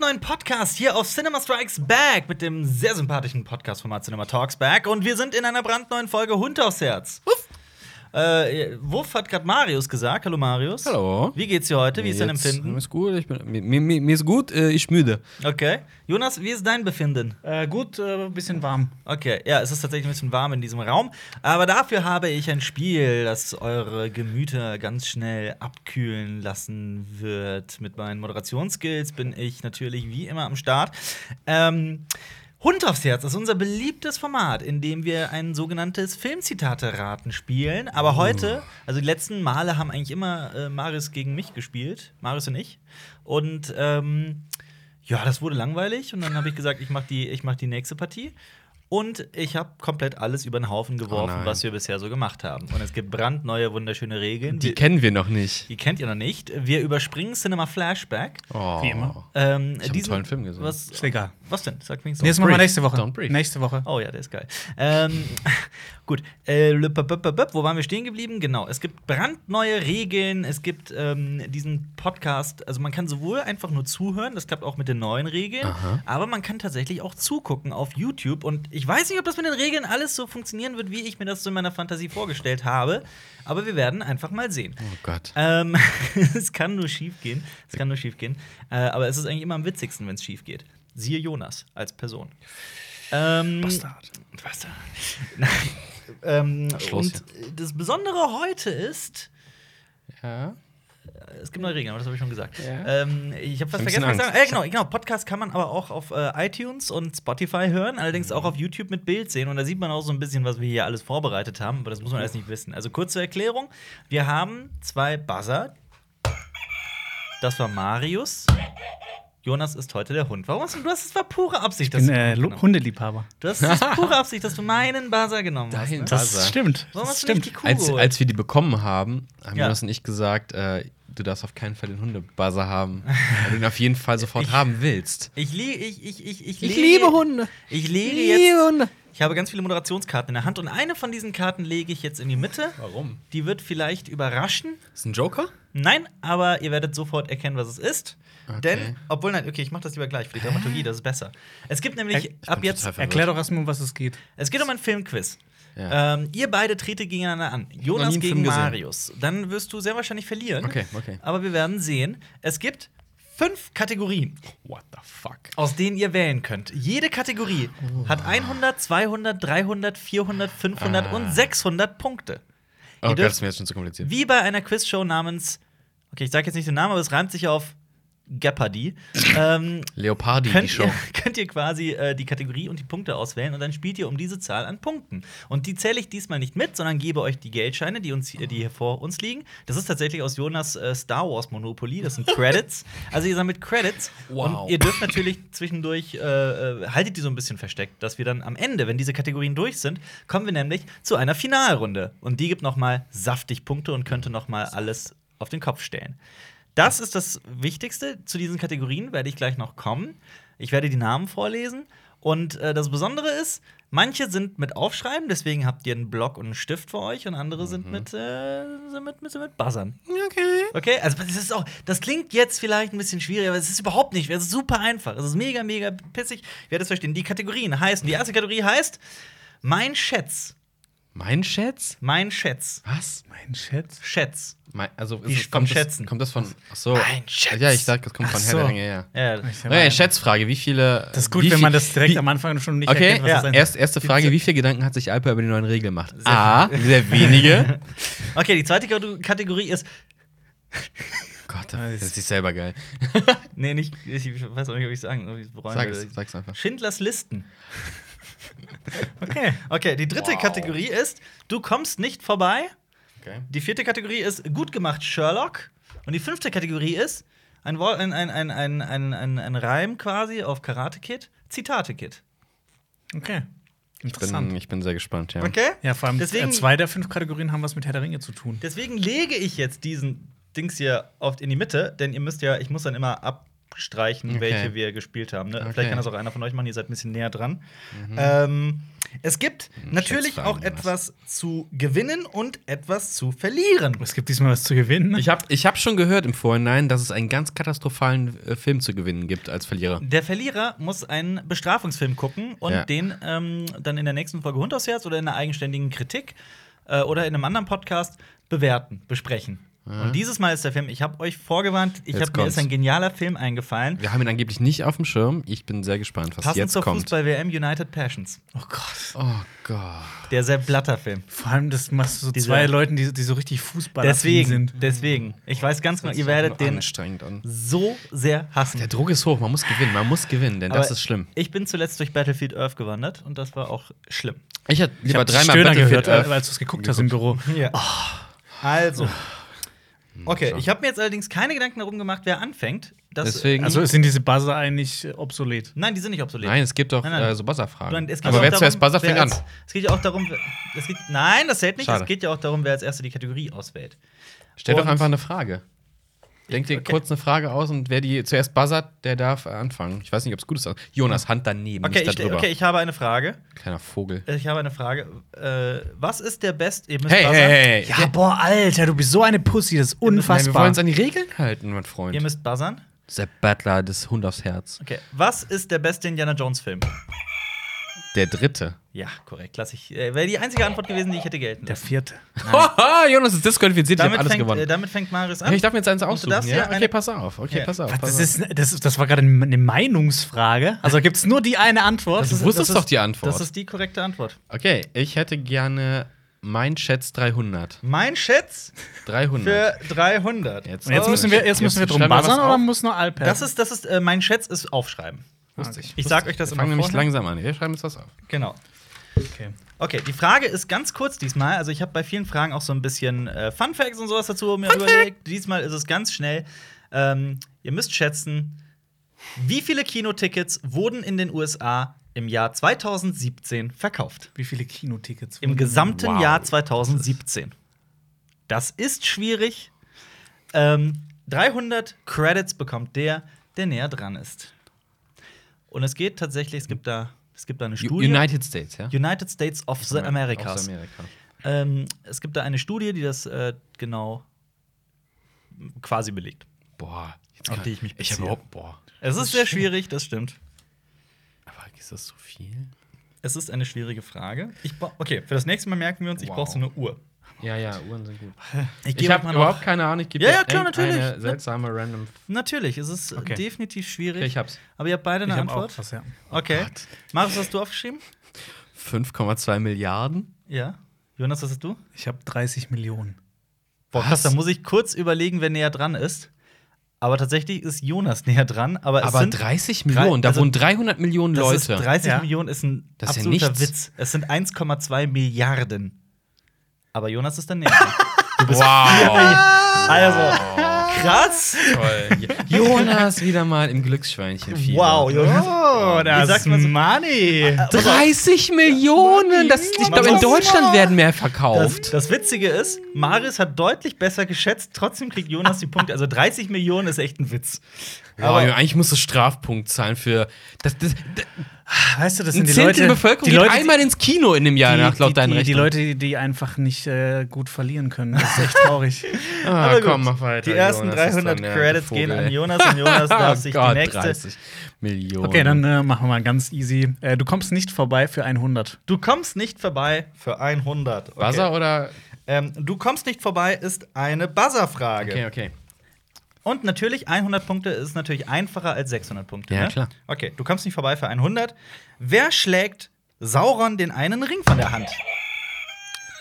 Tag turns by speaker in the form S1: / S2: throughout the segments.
S1: neuen Podcast hier auf Cinema Strikes Back mit dem sehr sympathischen Podcast-Format Cinema Talks Back. Und wir sind in einer brandneuen Folge Hund aufs Herz. Wuff. Äh, Wuff hat gerade Marius gesagt. Hallo Marius.
S2: Hallo.
S1: Wie geht's dir heute? Wie ist dein
S2: Jetzt- Mir
S1: Empfinden?
S2: ist gut, ich bin, mir, mir, mir ist gut, äh, ich müde.
S1: Okay. Jonas, wie ist dein Befinden?
S3: Äh, gut, äh, bisschen warm.
S1: Okay, ja, es ist tatsächlich ein bisschen warm in diesem Raum. Aber dafür habe ich ein Spiel, das eure Gemüter ganz schnell abkühlen lassen wird. Mit meinen Moderationsskills bin ich natürlich wie immer am Start. Ähm. Hund aufs Herz ist unser beliebtes Format, in dem wir ein sogenanntes Filmzitate-Raten spielen. Aber heute, also die letzten Male haben eigentlich immer äh, Marius gegen mich gespielt, Marius und ich. Und ähm, ja, das wurde langweilig und dann habe ich gesagt, ich mache die, ich mach die nächste Partie. Und ich habe komplett alles über den Haufen geworfen,
S2: Oh nein.
S1: was wir bisher so gemacht haben. Und es gibt brandneue, wunderschöne Regeln.
S2: Die
S1: wir,
S2: kennen wir noch nicht.
S1: die kennt ihr noch nicht. Wir überspringen Cinema Flashback.
S2: Oh.
S3: Wie immer.
S1: Ähm,
S2: Ich hab einen tollen Film gesehen.
S1: Was,
S3: Ist egal.
S1: was denn? Sag mir so.
S3: Nee, das machen wir
S2: brief.
S3: nächste Woche.
S2: Don't brief.
S3: Nächste Woche.
S1: Oh ja, der ist geil. Ähm, gut, äh, lö- bö- bö- bö- bö- wo waren wir stehen geblieben? Genau, es gibt brandneue Regeln, es gibt ähm, diesen Podcast, also man kann sowohl einfach nur zuhören, das klappt auch mit den neuen Regeln,
S2: Aha.
S1: aber man kann tatsächlich auch zugucken auf YouTube und ich weiß nicht, ob das mit den Regeln alles so funktionieren wird, wie ich mir das so in meiner Fantasie vorgestellt habe, aber wir werden einfach mal sehen.
S2: Oh Gott.
S1: Ähm, es kann nur schief gehen, es kann nur schief gehen, äh, aber es ist eigentlich immer am witzigsten, wenn es schief geht. Siehe Jonas als Person. Ähm,
S3: Bastard.
S1: was? Nein. ähm,
S2: Schluss
S1: und das Besondere heute ist,
S2: Ja.
S1: es gibt neue Regeln, aber das habe ich schon gesagt.
S2: Ja.
S1: Ähm, ich habe was
S2: Ich hab ein
S1: vergessen. was
S2: bisschen
S1: ich
S2: Angst.
S1: sagen- Äh, genau, genau, Podcast kann man aber auch auf äh, iTunes und Spotify hören, allerdings auch auf YouTube mit Bild sehen. Und da sieht man auch so ein bisschen, was wir hier alles vorbereitet haben, aber das muss man alles nicht wissen. Also kurze Erklärung: Wir haben zwei Buzzer. Das war Marius. Jonas ist heute der Hund. Warum hast du, du hast es war pure Absicht,
S3: Ich
S1: du-
S3: bin äh, Lu-
S1: genau.
S3: Hundeliebhaber.
S1: Das ist pure Absicht, dass du meinen Buzzer genommen hast.
S2: Dein
S1: Ne?
S2: Das Buzzer.
S3: stimmt.
S1: Warum
S3: Das
S1: hast du nicht
S3: stimmt.
S1: die Kuh
S2: Als,
S1: geholt?
S2: als wir die bekommen haben, haben
S1: Ja.
S2: Jonas und ich gesagt, äh, du darfst auf keinen Fall den Hundebuzzer haben, weil du ihn auf jeden Fall sofort haben willst.
S1: ich, lie ich, ich, ich, ich,
S2: Ich
S1: lege-
S2: liebe Hunde.
S1: Ich lege
S2: Ich
S1: jetzt.
S2: liebe Hunde.
S1: Ich habe ganz viele Moderationskarten in der Hand und eine von diesen Karten lege ich jetzt in die Mitte.
S2: Warum?
S1: Die wird vielleicht überraschen.
S2: Ist ein Joker?
S1: Nein, aber ihr werdet sofort erkennen, was es ist.
S2: Okay.
S1: Denn, obwohl, nein, okay, ich mache das lieber gleich für die Dramaturgie, das ist besser. Es gibt nämlich
S3: Ich
S1: ab
S2: bin
S1: jetzt,
S2: total verwirrt.
S3: Erklär doch erstmal, um was es geht.
S1: es geht um ein Filmquiz.
S2: Ja.
S1: Ähm, ihr beide tretet gegeneinander an.
S2: noch nie
S1: Jonas
S2: einen
S1: gegen
S2: Film gesehen.
S1: Marius. Dann wirst du sehr wahrscheinlich verlieren.
S2: Okay, okay.
S1: Aber wir werden sehen. Es gibt fünf Kategorien.
S2: What the fuck?
S1: aus denen ihr wählen könnt. Jede Kategorie hat 100, 200, 300, 400, 500
S2: Ah.
S1: und 600 Punkte.
S2: Oh Gott,
S1: dürft-
S2: das ist mir jetzt schon zu kompliziert.
S1: Wie bei einer Quizshow namens, okay, ich sage jetzt nicht den Namen, aber es reimt sich auf Geppardy. ähm,
S2: Leopardi, die
S1: könnt,
S2: Show.
S1: ihr, könnt ihr quasi äh, die Kategorie und die Punkte auswählen und dann spielt ihr um diese Zahl an Punkten. Und die zähle ich diesmal nicht mit, sondern gebe euch die Geldscheine, die, uns, äh, die hier vor uns liegen. Das ist tatsächlich aus Jonas äh, Star Wars Monopoly, das sind Credits. Also ihr sammelt Credits
S2: Wow.
S1: und ihr dürft natürlich zwischendurch, äh, äh, haltet die so ein bisschen versteckt, dass wir dann am Ende, wenn diese Kategorien durch sind, kommen wir nämlich zu einer Finalrunde. Und die gibt nochmal saftig Punkte und könnte nochmal alles auf den Kopf stellen. Das ist das Wichtigste. Zu diesen Kategorien werde ich gleich noch kommen. Ich werde die Namen vorlesen. Und äh, das Besondere ist, manche sind mit Aufschreiben, deswegen habt ihr einen Block und einen Stift für euch und andere sind mit, äh, sind mit, mit, sind mit Buzzern.
S2: Okay.
S1: Okay, also das ist auch, das klingt jetzt vielleicht ein bisschen schwierig, aber es ist überhaupt nicht. Es ist super einfach. Es ist mega, mega pissig. Ich werde es verstehen. Die Kategorien heißen. Die erste Kategorie heißt Mein Schätz.
S2: Mein Schätz?
S1: Mein Schätz.
S2: Was?
S3: Mein Schatz.
S1: Schätz.
S2: Mein, also ist
S1: Die
S2: es-
S1: vom
S2: kommt
S1: Schätzen.
S2: Das, kommt das von. Ach so.
S1: Ein Schätz.
S2: Ja, ich sag, das kommt
S3: Ach
S2: von
S3: so.
S2: Herr der Ringe, ja.
S1: Ja,
S2: Okay, Schätzfrage, wie viele.
S3: Das ist gut,
S2: wie
S3: wenn
S2: viel-
S3: man das direkt
S2: wie,
S3: am Anfang schon nicht
S2: Okay,
S3: erkennt, was
S1: ja.
S3: das sein
S2: erst, erste Frage, wie viele Gedanken hat sich Alper über die neuen Regeln gemacht? A,
S1: viel.
S2: sehr wenige.
S1: okay, die zweite Kategor- Kategorie ist
S2: Gott,
S3: Nice.
S2: das ist sich selber geil.
S1: Nee, nicht, ich weiß auch nicht, ob ich es sagen ob ich es bereuen
S2: Sag
S1: würde.
S2: es, sag's einfach.
S1: Schindlers Listen.
S3: Okay.
S1: Okay, die dritte
S2: Wow.
S1: Kategorie ist, du kommst nicht vorbei.
S2: Okay.
S1: Die vierte Kategorie ist, gut gemacht, Sherlock. Und die fünfte Kategorie ist, ein, Wort- ein, ein, ein, ein, ein, ein, ein Reim quasi auf Karate Kid, Zitate Kid.
S3: Okay. Interessant.
S2: Bin, ich bin sehr gespannt, ja.
S1: Okay?
S3: ja, vor allem
S1: Deswegen-
S3: äh, zwei der fünf Kategorien haben was mit Herr der Ringe zu tun.
S1: Deswegen lege ich jetzt diesen Dings hier oft in die Mitte, denn ihr müsst ja, ich muss dann immer ab streichen,
S2: Okay.
S1: welche wir gespielt haben. Ne?
S2: Okay. Mhm.
S1: Vielleicht kann das auch einer von euch machen, ihr seid ein bisschen näher dran. Ähm, es gibt
S2: Hm,
S1: natürlich
S2: Schätzfragen,
S1: auch etwas zu gewinnen und etwas zu verlieren.
S3: Es gibt diesmal was zu gewinnen. ne?
S2: Ich habe ich hab schon gehört im Vorhinein, dass es einen ganz katastrophalen äh, Film zu gewinnen gibt als Verlierer.
S1: Der Verlierer muss einen Bestrafungsfilm gucken und
S2: Ja.
S1: den ähm, dann in der nächsten Folge Hund aufs Herz oder in einer eigenständigen Kritik äh, oder in einem anderen Podcast bewerten, besprechen. Und dieses Mal ist der Film, ich habe euch vorgewarnt, ich hab,
S2: Jetzt
S1: mir
S2: kommt's.
S1: ist ein genialer Film eingefallen.
S2: Wir haben ihn angeblich nicht auf dem Schirm. Ich bin sehr gespannt, was
S1: Passend
S2: jetzt
S1: zur
S2: kommt.
S1: Fußball-WM United Passions.
S3: oh Gott.
S2: Oh Gott.
S1: Der sehr blatter Film.
S3: Vor allem, das machst du so
S1: Dieser-
S3: zwei Leuten, die, die so richtig Fußball
S1: Deswegen,
S3: sind.
S1: deswegen. Ich weiß ganz genau, ihr werdet den
S2: anstrengend an.
S1: so sehr hassen.
S2: Der Druck ist hoch, man muss gewinnen, man muss gewinnen, denn das
S1: Aber
S2: ist schlimm.
S1: Ich bin zuletzt durch Battlefield Earth gewandert und das war auch schlimm.
S2: Ich hätte
S3: Ich
S2: lieber
S3: habe
S2: dreimal äh,
S3: dreimal gehört,
S1: äh,
S3: äh,
S2: Earth-
S3: als du es geguckt hast im Büro.
S1: Ja. Also.
S2: Hm,
S1: Okay,
S2: schade.
S1: ich habe mir jetzt allerdings keine Gedanken darum gemacht, wer anfängt. Das- ähm,
S2: Deswegen.
S3: Also sind diese Buzzer eigentlich äh, obsolet.
S1: Nein, die sind nicht obsolet.
S2: nein, es gibt doch
S1: Nein, nein.
S2: Äh, so Buzzer-Fragen.
S1: Sondern es geht
S2: Aber
S1: auch
S2: wer
S1: darum,
S2: zuerst buzzert, fängt
S1: wer
S2: an.
S1: als- Es geht ja auch darum, wer- es geht, nein, das zählt nicht.
S2: Schade.
S1: Es geht ja auch darum, wer als Erster die Kategorie auswählt.
S2: Stell doch
S1: Und-
S2: einfach eine Frage. Denk dir
S1: okay.
S2: kurz eine Frage aus und wer die zuerst buzzert, der darf äh, anfangen. Ich weiß nicht, ob es gut ist. Jonas, Hand daneben,
S1: Okay,
S2: nicht
S1: ich,
S2: darüber.
S1: okay, ich habe eine Frage.
S2: Kleiner Vogel.
S1: Äh, Ich habe eine Frage. Äh, was ist der best? Ihr müsst
S2: Hey, hey,
S1: buzzern.
S2: hey, hey.
S3: Ja, boah, Alter, du bist so eine Pussy, das ist
S2: Nein, wir wollen
S3: unfassbar.
S2: uns an die Regeln halten, mein Freund.
S1: Ihr müsst buzzern.
S2: Der Butler des Hund aufs Herz.
S1: Okay. Was ist der beste Indiana Jones Film?
S2: Der dritte.
S1: Ja, korrekt. Lass ich. Äh, Wäre die einzige Antwort gewesen, die ich hätte gelten
S3: der
S1: lassen.
S3: vierte.
S2: Haha, Jonas ist disqualifiziert, ich habe
S1: Damit
S2: alles
S1: fängt, äh,
S2: gewonnen.
S1: damit fängt Marius an.
S2: Hey, ich darf mir jetzt eins
S1: Musst du
S2: aussuchen.
S1: das hier
S2: Ja? Okay,
S1: eine-
S2: pass auf. Okay,
S1: Ja.
S2: pass auf.
S3: Was,
S2: pass
S3: das,
S2: auf.
S3: ist, das, das war gerade eine Meinungsfrage. Also gibt es nur die eine Antwort.
S2: du wusstest
S1: das ist-
S2: doch die Antwort.
S1: Das ist die korrekte Antwort.
S2: okay, ich hätte gerne mein Schätz 300.
S1: Mein Schätz
S2: 300.
S1: für 300.
S2: Jetzt-
S3: Und jetzt müssen wir, Oh, jetzt müssen wir drum
S2: schreiben wir was
S3: buzzern oder
S2: auf.
S3: muss nur Alper?
S1: Das ist, das ist, äh, mein Schätz ist aufschreiben.
S2: Wusste ich.
S1: Ich
S2: wusste
S1: sag euch das
S2: wir
S1: immer
S2: fangen nämlich
S1: vorher.
S2: langsam an. Wir schreiben uns was auf.
S1: Genau.
S3: okay.
S1: Okay, die Frage ist ganz kurz diesmal. Also, ich habe bei vielen Fragen auch so ein bisschen äh, Fun Facts und sowas dazu mir überlegt. Diesmal ist es ganz schnell. Ähm, ihr müsst schätzen, wie viele Kinotickets wurden in den USA im Jahr 2017 verkauft?
S3: Wie viele Kinotickets?
S1: Im gesamten
S2: Wow.
S1: Jahr 2017. Das ist schwierig. Ähm, 300 Credits bekommt der, der näher dran ist. Und es geht tatsächlich, es gibt da, es gibt da eine Studie.
S2: United States, ja?
S1: United States of the Americas.
S2: Aus Amerika.
S1: Ähm, es gibt da eine Studie, die das äh, genau m, quasi belegt.
S2: Boah. Jetzt
S1: Auf
S2: kann-
S1: die ich mich
S2: ich hab
S1: beziehe.
S2: überhaupt. Boah.
S1: Es ist sehr schwierig, das stimmt.
S2: Aber ist das so viel?
S1: Es ist eine schwierige Frage. Ich bra- okay, für das nächste Mal merken wir uns, ich
S2: Wow.
S1: brauche so eine Uhr.
S2: Ja, ja, Uhren sind gut.
S1: geh
S2: Ich habe
S1: mal
S2: überhaupt
S1: nach-
S2: keine Ahnung. Ich gebe
S1: Ja,
S2: dir
S1: ja, klar,
S2: irgendeine
S1: natürlich.
S2: seltsame random.
S1: Natürlich, es ist äh,
S3: Okay.
S1: definitiv schwierig.
S2: Ich hab's.
S1: Aber ihr habt beide eine
S3: Ich hab
S1: Antwort.
S3: Auch was, ja.
S1: Okay. Marius, hast du aufgeschrieben?
S2: 5,2 Milliarden?
S1: Ja. Jonas, was hast du?
S3: Ich habe 30 Millionen.
S1: Boah,
S2: Was?
S1: krass, da muss ich kurz überlegen, wer näher dran ist. Aber tatsächlich ist Jonas näher dran. Aber, es
S2: Aber
S1: sind
S2: 30 Millionen, da
S1: also-
S2: wohnen 300 Millionen
S1: das
S2: Leute.
S1: Ist 30
S3: Ja.
S1: Millionen ist ein
S2: Das ist ja
S1: absoluter
S2: nichts.
S1: Witz. Es sind 1,2 Milliarden. Aber Jonas ist dann näher. dran.
S2: wow.
S1: also, krass.
S2: Toll. Jonas wieder mal im Glücksschweinchen.
S1: Wow, Jonas.
S3: Oh,
S1: das
S3: das ist Money.
S2: 30 Millionen! Das, ich glaube, in Deutschland werden mehr verkauft.
S1: Das, das Witzige ist, Marius hat deutlich besser geschätzt, trotzdem kriegt Jonas die Punkte. Also 30 Millionen ist echt ein Witz.
S2: wow, Junge, eigentlich musst du Strafpunkt zahlen für. Das, das,
S3: Weißt du, das
S2: ein
S3: sind die
S2: Zehntel
S3: Leute,
S2: der Bevölkerung
S3: die Leute,
S2: geht einmal ins Kino in dem Jahr, nach
S3: die,
S2: laut deinen
S3: die, die
S2: Rechnungen.
S3: Leute, die einfach nicht äh, gut verlieren können. Das ist echt traurig.
S2: ah,
S1: Aber gut,
S2: komm, mach weiter.
S1: Die ersten
S2: Jonas ist
S1: 300
S2: dann der
S1: Credits
S2: Vogel,
S1: gehen an
S2: ey. Ah,
S1: Jonas und Jonas darf sich
S2: Gott,
S1: die nächste.
S2: 30 Millionen.
S3: Okay, dann äh, machen wir mal ganz easy. Äh, du kommst nicht vorbei für 100.
S1: Du kommst nicht vorbei für 100. Okay.
S2: Buzzer oder?
S1: Ähm, du kommst nicht vorbei ist eine Buzzer-Frage.
S2: Okay, okay.
S1: Und natürlich 100 Punkte ist natürlich einfacher als 600 Punkte.
S2: Ja,
S1: ne?
S2: klar.
S1: Okay, du kommst nicht vorbei für 100. Wer schlägt Sauron den einen Ring von der Hand?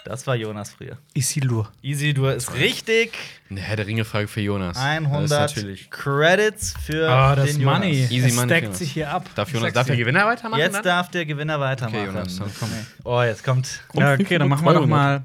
S1: Das war Jonas früher.
S3: Isildur.
S1: Isildur ist richtig.
S2: Eine Herr der Ringe-Frage für Jonas. Das
S1: 100
S2: ist natürlich.
S1: Credits für
S3: Ah, das
S1: den Jonas.
S3: Money.
S2: Easy Money
S3: es
S2: für
S3: stackt
S2: Jonas.
S3: sich hier ab.
S2: Darf
S3: Ich
S2: Jonas,
S3: sag's
S2: darf der
S3: dir.
S2: Gewinner weitermachen?
S1: Jetzt
S2: dann?
S1: darf der Gewinner weitermachen.
S2: Okay, Jonas, dann komm.
S1: Oh, jetzt kommt
S3: ja, okay, dann machen wir doch
S2: 200.
S3: mal.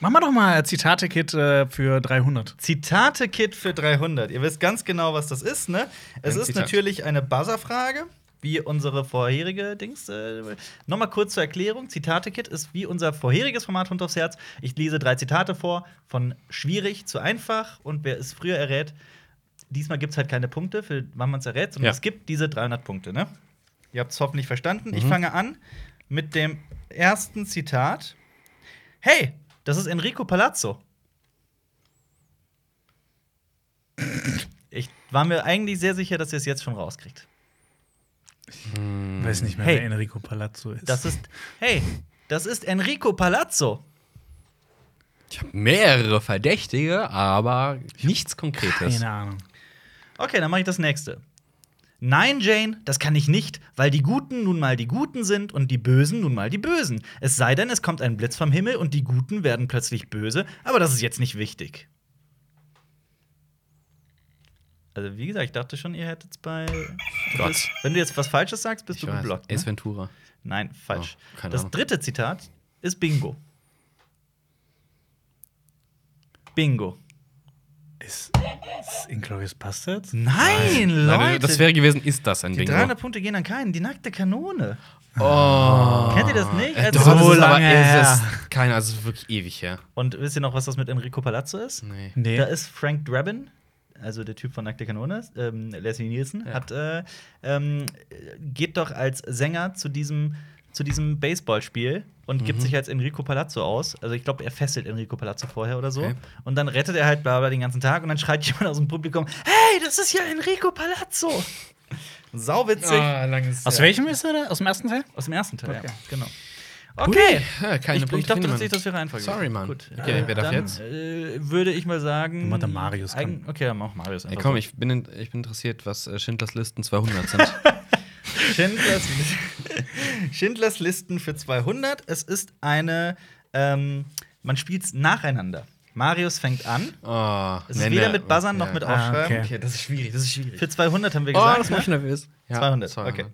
S3: Machen wir doch mal Zitate-Kit äh, für 300.
S1: Zitate-Kit für 300. Ihr wisst ganz genau, was das ist, ne? Es
S2: Ein
S1: ist
S2: Zitat.
S1: natürlich eine Buzzer-Frage, wie unsere vorherige Dings. Äh, Nochmal kurz zur Erklärung: Zitate-Kit ist wie unser vorheriges Format Hund aufs Herz. Ich lese drei Zitate vor, von schwierig zu einfach. Und wer es früher errät, diesmal gibt es halt keine Punkte, für wann man es errät, sondern
S2: Ja.
S1: es gibt diese 300 Punkte, ne? Ihr habt es hoffentlich verstanden.
S2: Mhm.
S1: Ich fange an mit dem ersten Zitat. Hey, das ist Enrico Palazzo. Ich war mir eigentlich sehr sicher, dass ihr es jetzt schon rauskriegt.
S3: Ich weiß nicht mehr,
S1: Hey.
S3: wer Enrico Palazzo ist.
S1: Das ist, hey, das ist Enrico Palazzo.
S2: Ich habe mehrere Verdächtige, aber nichts Konkretes.
S3: keine Ahnung.
S1: Okay, dann mache ich das nächste. Nein, Jane, das kann ich nicht, weil die Guten nun mal die Guten sind und die Bösen nun mal die Bösen. Es sei denn, es kommt ein Blitz vom Himmel und die Guten werden plötzlich böse, aber das ist jetzt nicht wichtig. Also, wie gesagt, ich dachte schon, ihr hättet es bei. Du
S2: Gott.
S1: bist- Wenn du jetzt was Falsches sagst, bist
S2: Ich
S1: du
S2: weiß,
S1: geblockt.
S2: Ace
S1: Ne?
S2: Ventura.
S1: Nein, falsch.
S2: Oh, keine
S1: das
S2: Ahnung.
S1: dritte Zitat ist Bingo. Bingo.
S3: Ist, ist Inglourious Bastards?
S1: Nein, Leute!
S2: Nein, das wäre gewesen, ist das ein
S1: Die
S2: Bingo?
S1: 300 Punkte gehen an keinen. Die nackte Kanone.
S2: Oh.
S1: Kennt ihr das nicht?
S2: Äh,
S1: Also-
S2: doch, das
S3: So
S2: ist aber-
S3: lange
S2: Es
S3: her.
S2: ist keine, also es ist wirklich ewig her.
S1: Und wisst ihr noch, was das mit Enrico Palazzo ist?
S2: Nee.
S3: Nee.
S1: Da ist Frank Drabin, also der Typ von Nackte Kanone, ähm, Leslie Nielsen,
S2: Ja.
S1: hat, äh, ähm, geht doch als Sänger zu diesem, zu diesem Baseballspiel und
S2: Mhm.
S1: gibt sich als Enrico Palazzo aus. Also ich glaube, er fesselt Enrico Palazzo vorher oder so.
S2: Okay.
S1: Und dann rettet er halt bla bla den ganzen Tag und dann schreit jemand aus dem Publikum: Hey, das ist ja Enrico Palazzo! Sauwitzig.
S2: langes
S3: Aus welchem ist er da? Aus dem ersten Teil?
S1: Aus dem ersten Teil,
S3: Okay.
S1: ja. Genau. Okay.
S2: Ja, keine
S1: ich, ich dachte
S2: Punkte findet man
S1: tatsächlich,
S2: nicht.
S1: das wäre einfach. gewesen.
S2: Sorry, Mann.
S1: Gut.
S2: Okay, wer darf
S1: dann,
S2: jetzt?
S1: Äh, würde ich mal sagen.
S3: Immer der Marius kann.
S1: eigen- Okay, dann mach Marius.
S2: Ey,
S1: einfach
S2: komm,
S1: so.
S2: ich bin, in, ich bin interessiert, was äh, Schindlers Listen 200 sind.
S1: Schindlers, Schindlers Listen für 200. Es ist eine. Ähm, man spielt es nacheinander. Marius fängt an.
S2: oh,
S1: Es ist weder mit Buzzern noch
S2: Ah,
S1: mit Aufschreiben.
S3: okay.
S2: das ist schwierig, das ist schwierig.
S1: Für 200 haben wir
S2: Oh,
S1: gesagt.
S2: das macht mich nervös. Ja,
S1: 200. Okay.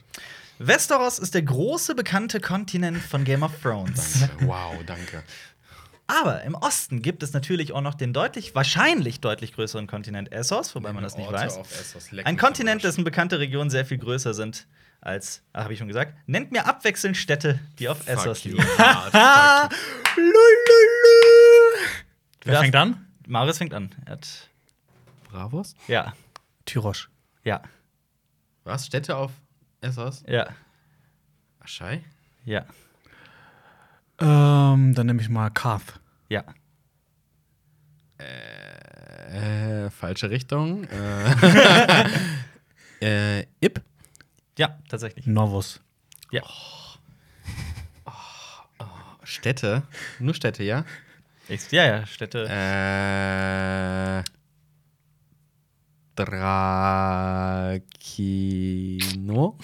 S1: Westeros ist der große bekannte Kontinent von Game of Thrones.
S2: Wow, danke.
S1: Aber im Osten gibt es natürlich auch noch den deutlich, wahrscheinlich deutlich größeren Kontinent Essos, wobei man das nicht weiß. Ein Kontinent, dessen bekannte Regionen sehr viel größer sind als, ach, habe ich schon gesagt, nennt mir abwechselnd Städte, die auf Essos
S2: Essos
S1: liegen.
S2: Ah, fuck
S1: Du
S3: Wer
S1: darfst-
S3: fängt an?
S1: Marius fängt an. Er hat,
S2: you. Bravos?
S1: ja,
S3: Tyrosch.
S1: ja,
S2: Was? Städte auf Essos?
S1: ja,
S2: Aschei?
S1: ja,
S3: Ähm, dann nehme ich mal Karth.
S1: ja.
S2: Äh, falsche Richtung. Äh, äh, Ip?
S1: Ja, tatsächlich.
S3: Novus.
S1: Ja.
S2: Städte? Nur Städte, ja?
S1: Ich, ja, ja, Städte.
S2: Äh. Drakino?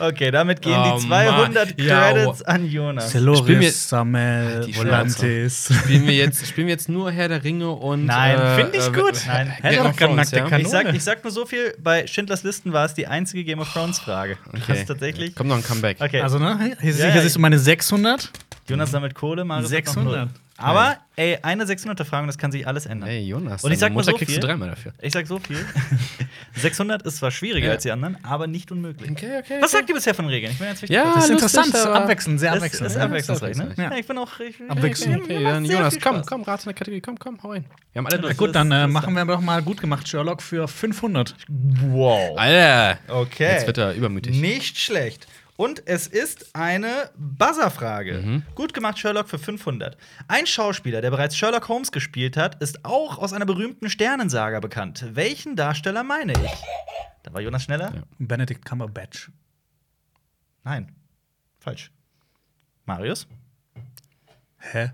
S1: Okay, damit gehen
S2: Oh,
S1: die 200
S2: Mann. Ja, oh.
S1: Credits
S2: wow.
S1: an Jonas.
S2: Spiel mir-
S3: Celoris, Sammel,
S2: Ach, die
S3: Volantis.
S2: Spielen wir, jetzt, spielen wir jetzt nur Herr der Ringe und.
S1: Nein,
S2: äh,
S1: find ich
S2: äh,
S1: gut.
S2: äh,
S1: Nein.
S2: Game
S3: Hätte doch
S2: of
S3: keinen
S2: Thrones,
S3: nackte
S2: ja?
S3: Kanone.
S1: Ich sag, ich sag nur so viel, bei Schindlers Listen war es die einzige Game of Thrones-Frage. Das
S2: Oh, Okay.
S1: ist tatsächlich.
S2: Kommt noch ein Comeback.
S1: Okay,
S3: Also, ne? Hier, hier
S1: Ja, ja,
S3: siehst du meine 600.
S1: Jonas sammelt Kohle, Marius hat noch
S3: 600.
S1: null. Aber, ey, eine 600er-Frage, das kann sich alles ändern.
S2: Hey, Jonas.
S1: Und ich
S2: deine
S1: sag mal
S2: Mutter
S1: so
S2: kriegst
S1: viel.
S2: du dreimal dafür.
S1: Ich sag so viel. 600 ist zwar schwieriger
S2: Ja.
S1: als die anderen, aber nicht unmöglich.
S2: Okay, okay.
S1: Was sagt ihr bisher von Regeln? Ich bin jetzt
S2: Ja,
S3: Das ist
S2: lustig,
S3: interessant.
S2: aber-
S3: Abwechselnd, sehr
S1: Das ist,
S3: abwechselnd.
S1: ist
S2: abwechselnd.
S1: abwechslungsreich, ne?
S2: Ja.
S1: Ja. ich bin auch. Ich,
S3: Abwechslung.
S2: Okay,
S1: macht
S2: dann
S1: sehr
S2: Jonas,
S1: viel
S2: komm,
S1: Spaß.
S2: komm, rate eine Kategorie, komm, komm, hau rein. Wir haben alle
S1: Ja,
S2: durch.
S3: Gut, dann äh,
S1: Das ist-
S3: machen wir doch mal gut gemacht Sherlock für 500.
S1: Wow.
S2: Alter!
S1: Okay.
S2: Jetzt wird er übermütig.
S1: Nicht schlecht. Und es ist eine Buzzer-Frage.
S2: Mhm.
S1: Gut gemacht, Sherlock, für 500. Ein Schauspieler, der bereits Sherlock Holmes gespielt hat, ist auch aus einer berühmten Sternensaga bekannt. Welchen Darsteller meine ich? Da war Jonas schneller?
S2: Ja.
S3: Benedict Cumberbatch.
S1: Nein. Falsch. Marius?
S3: Hä?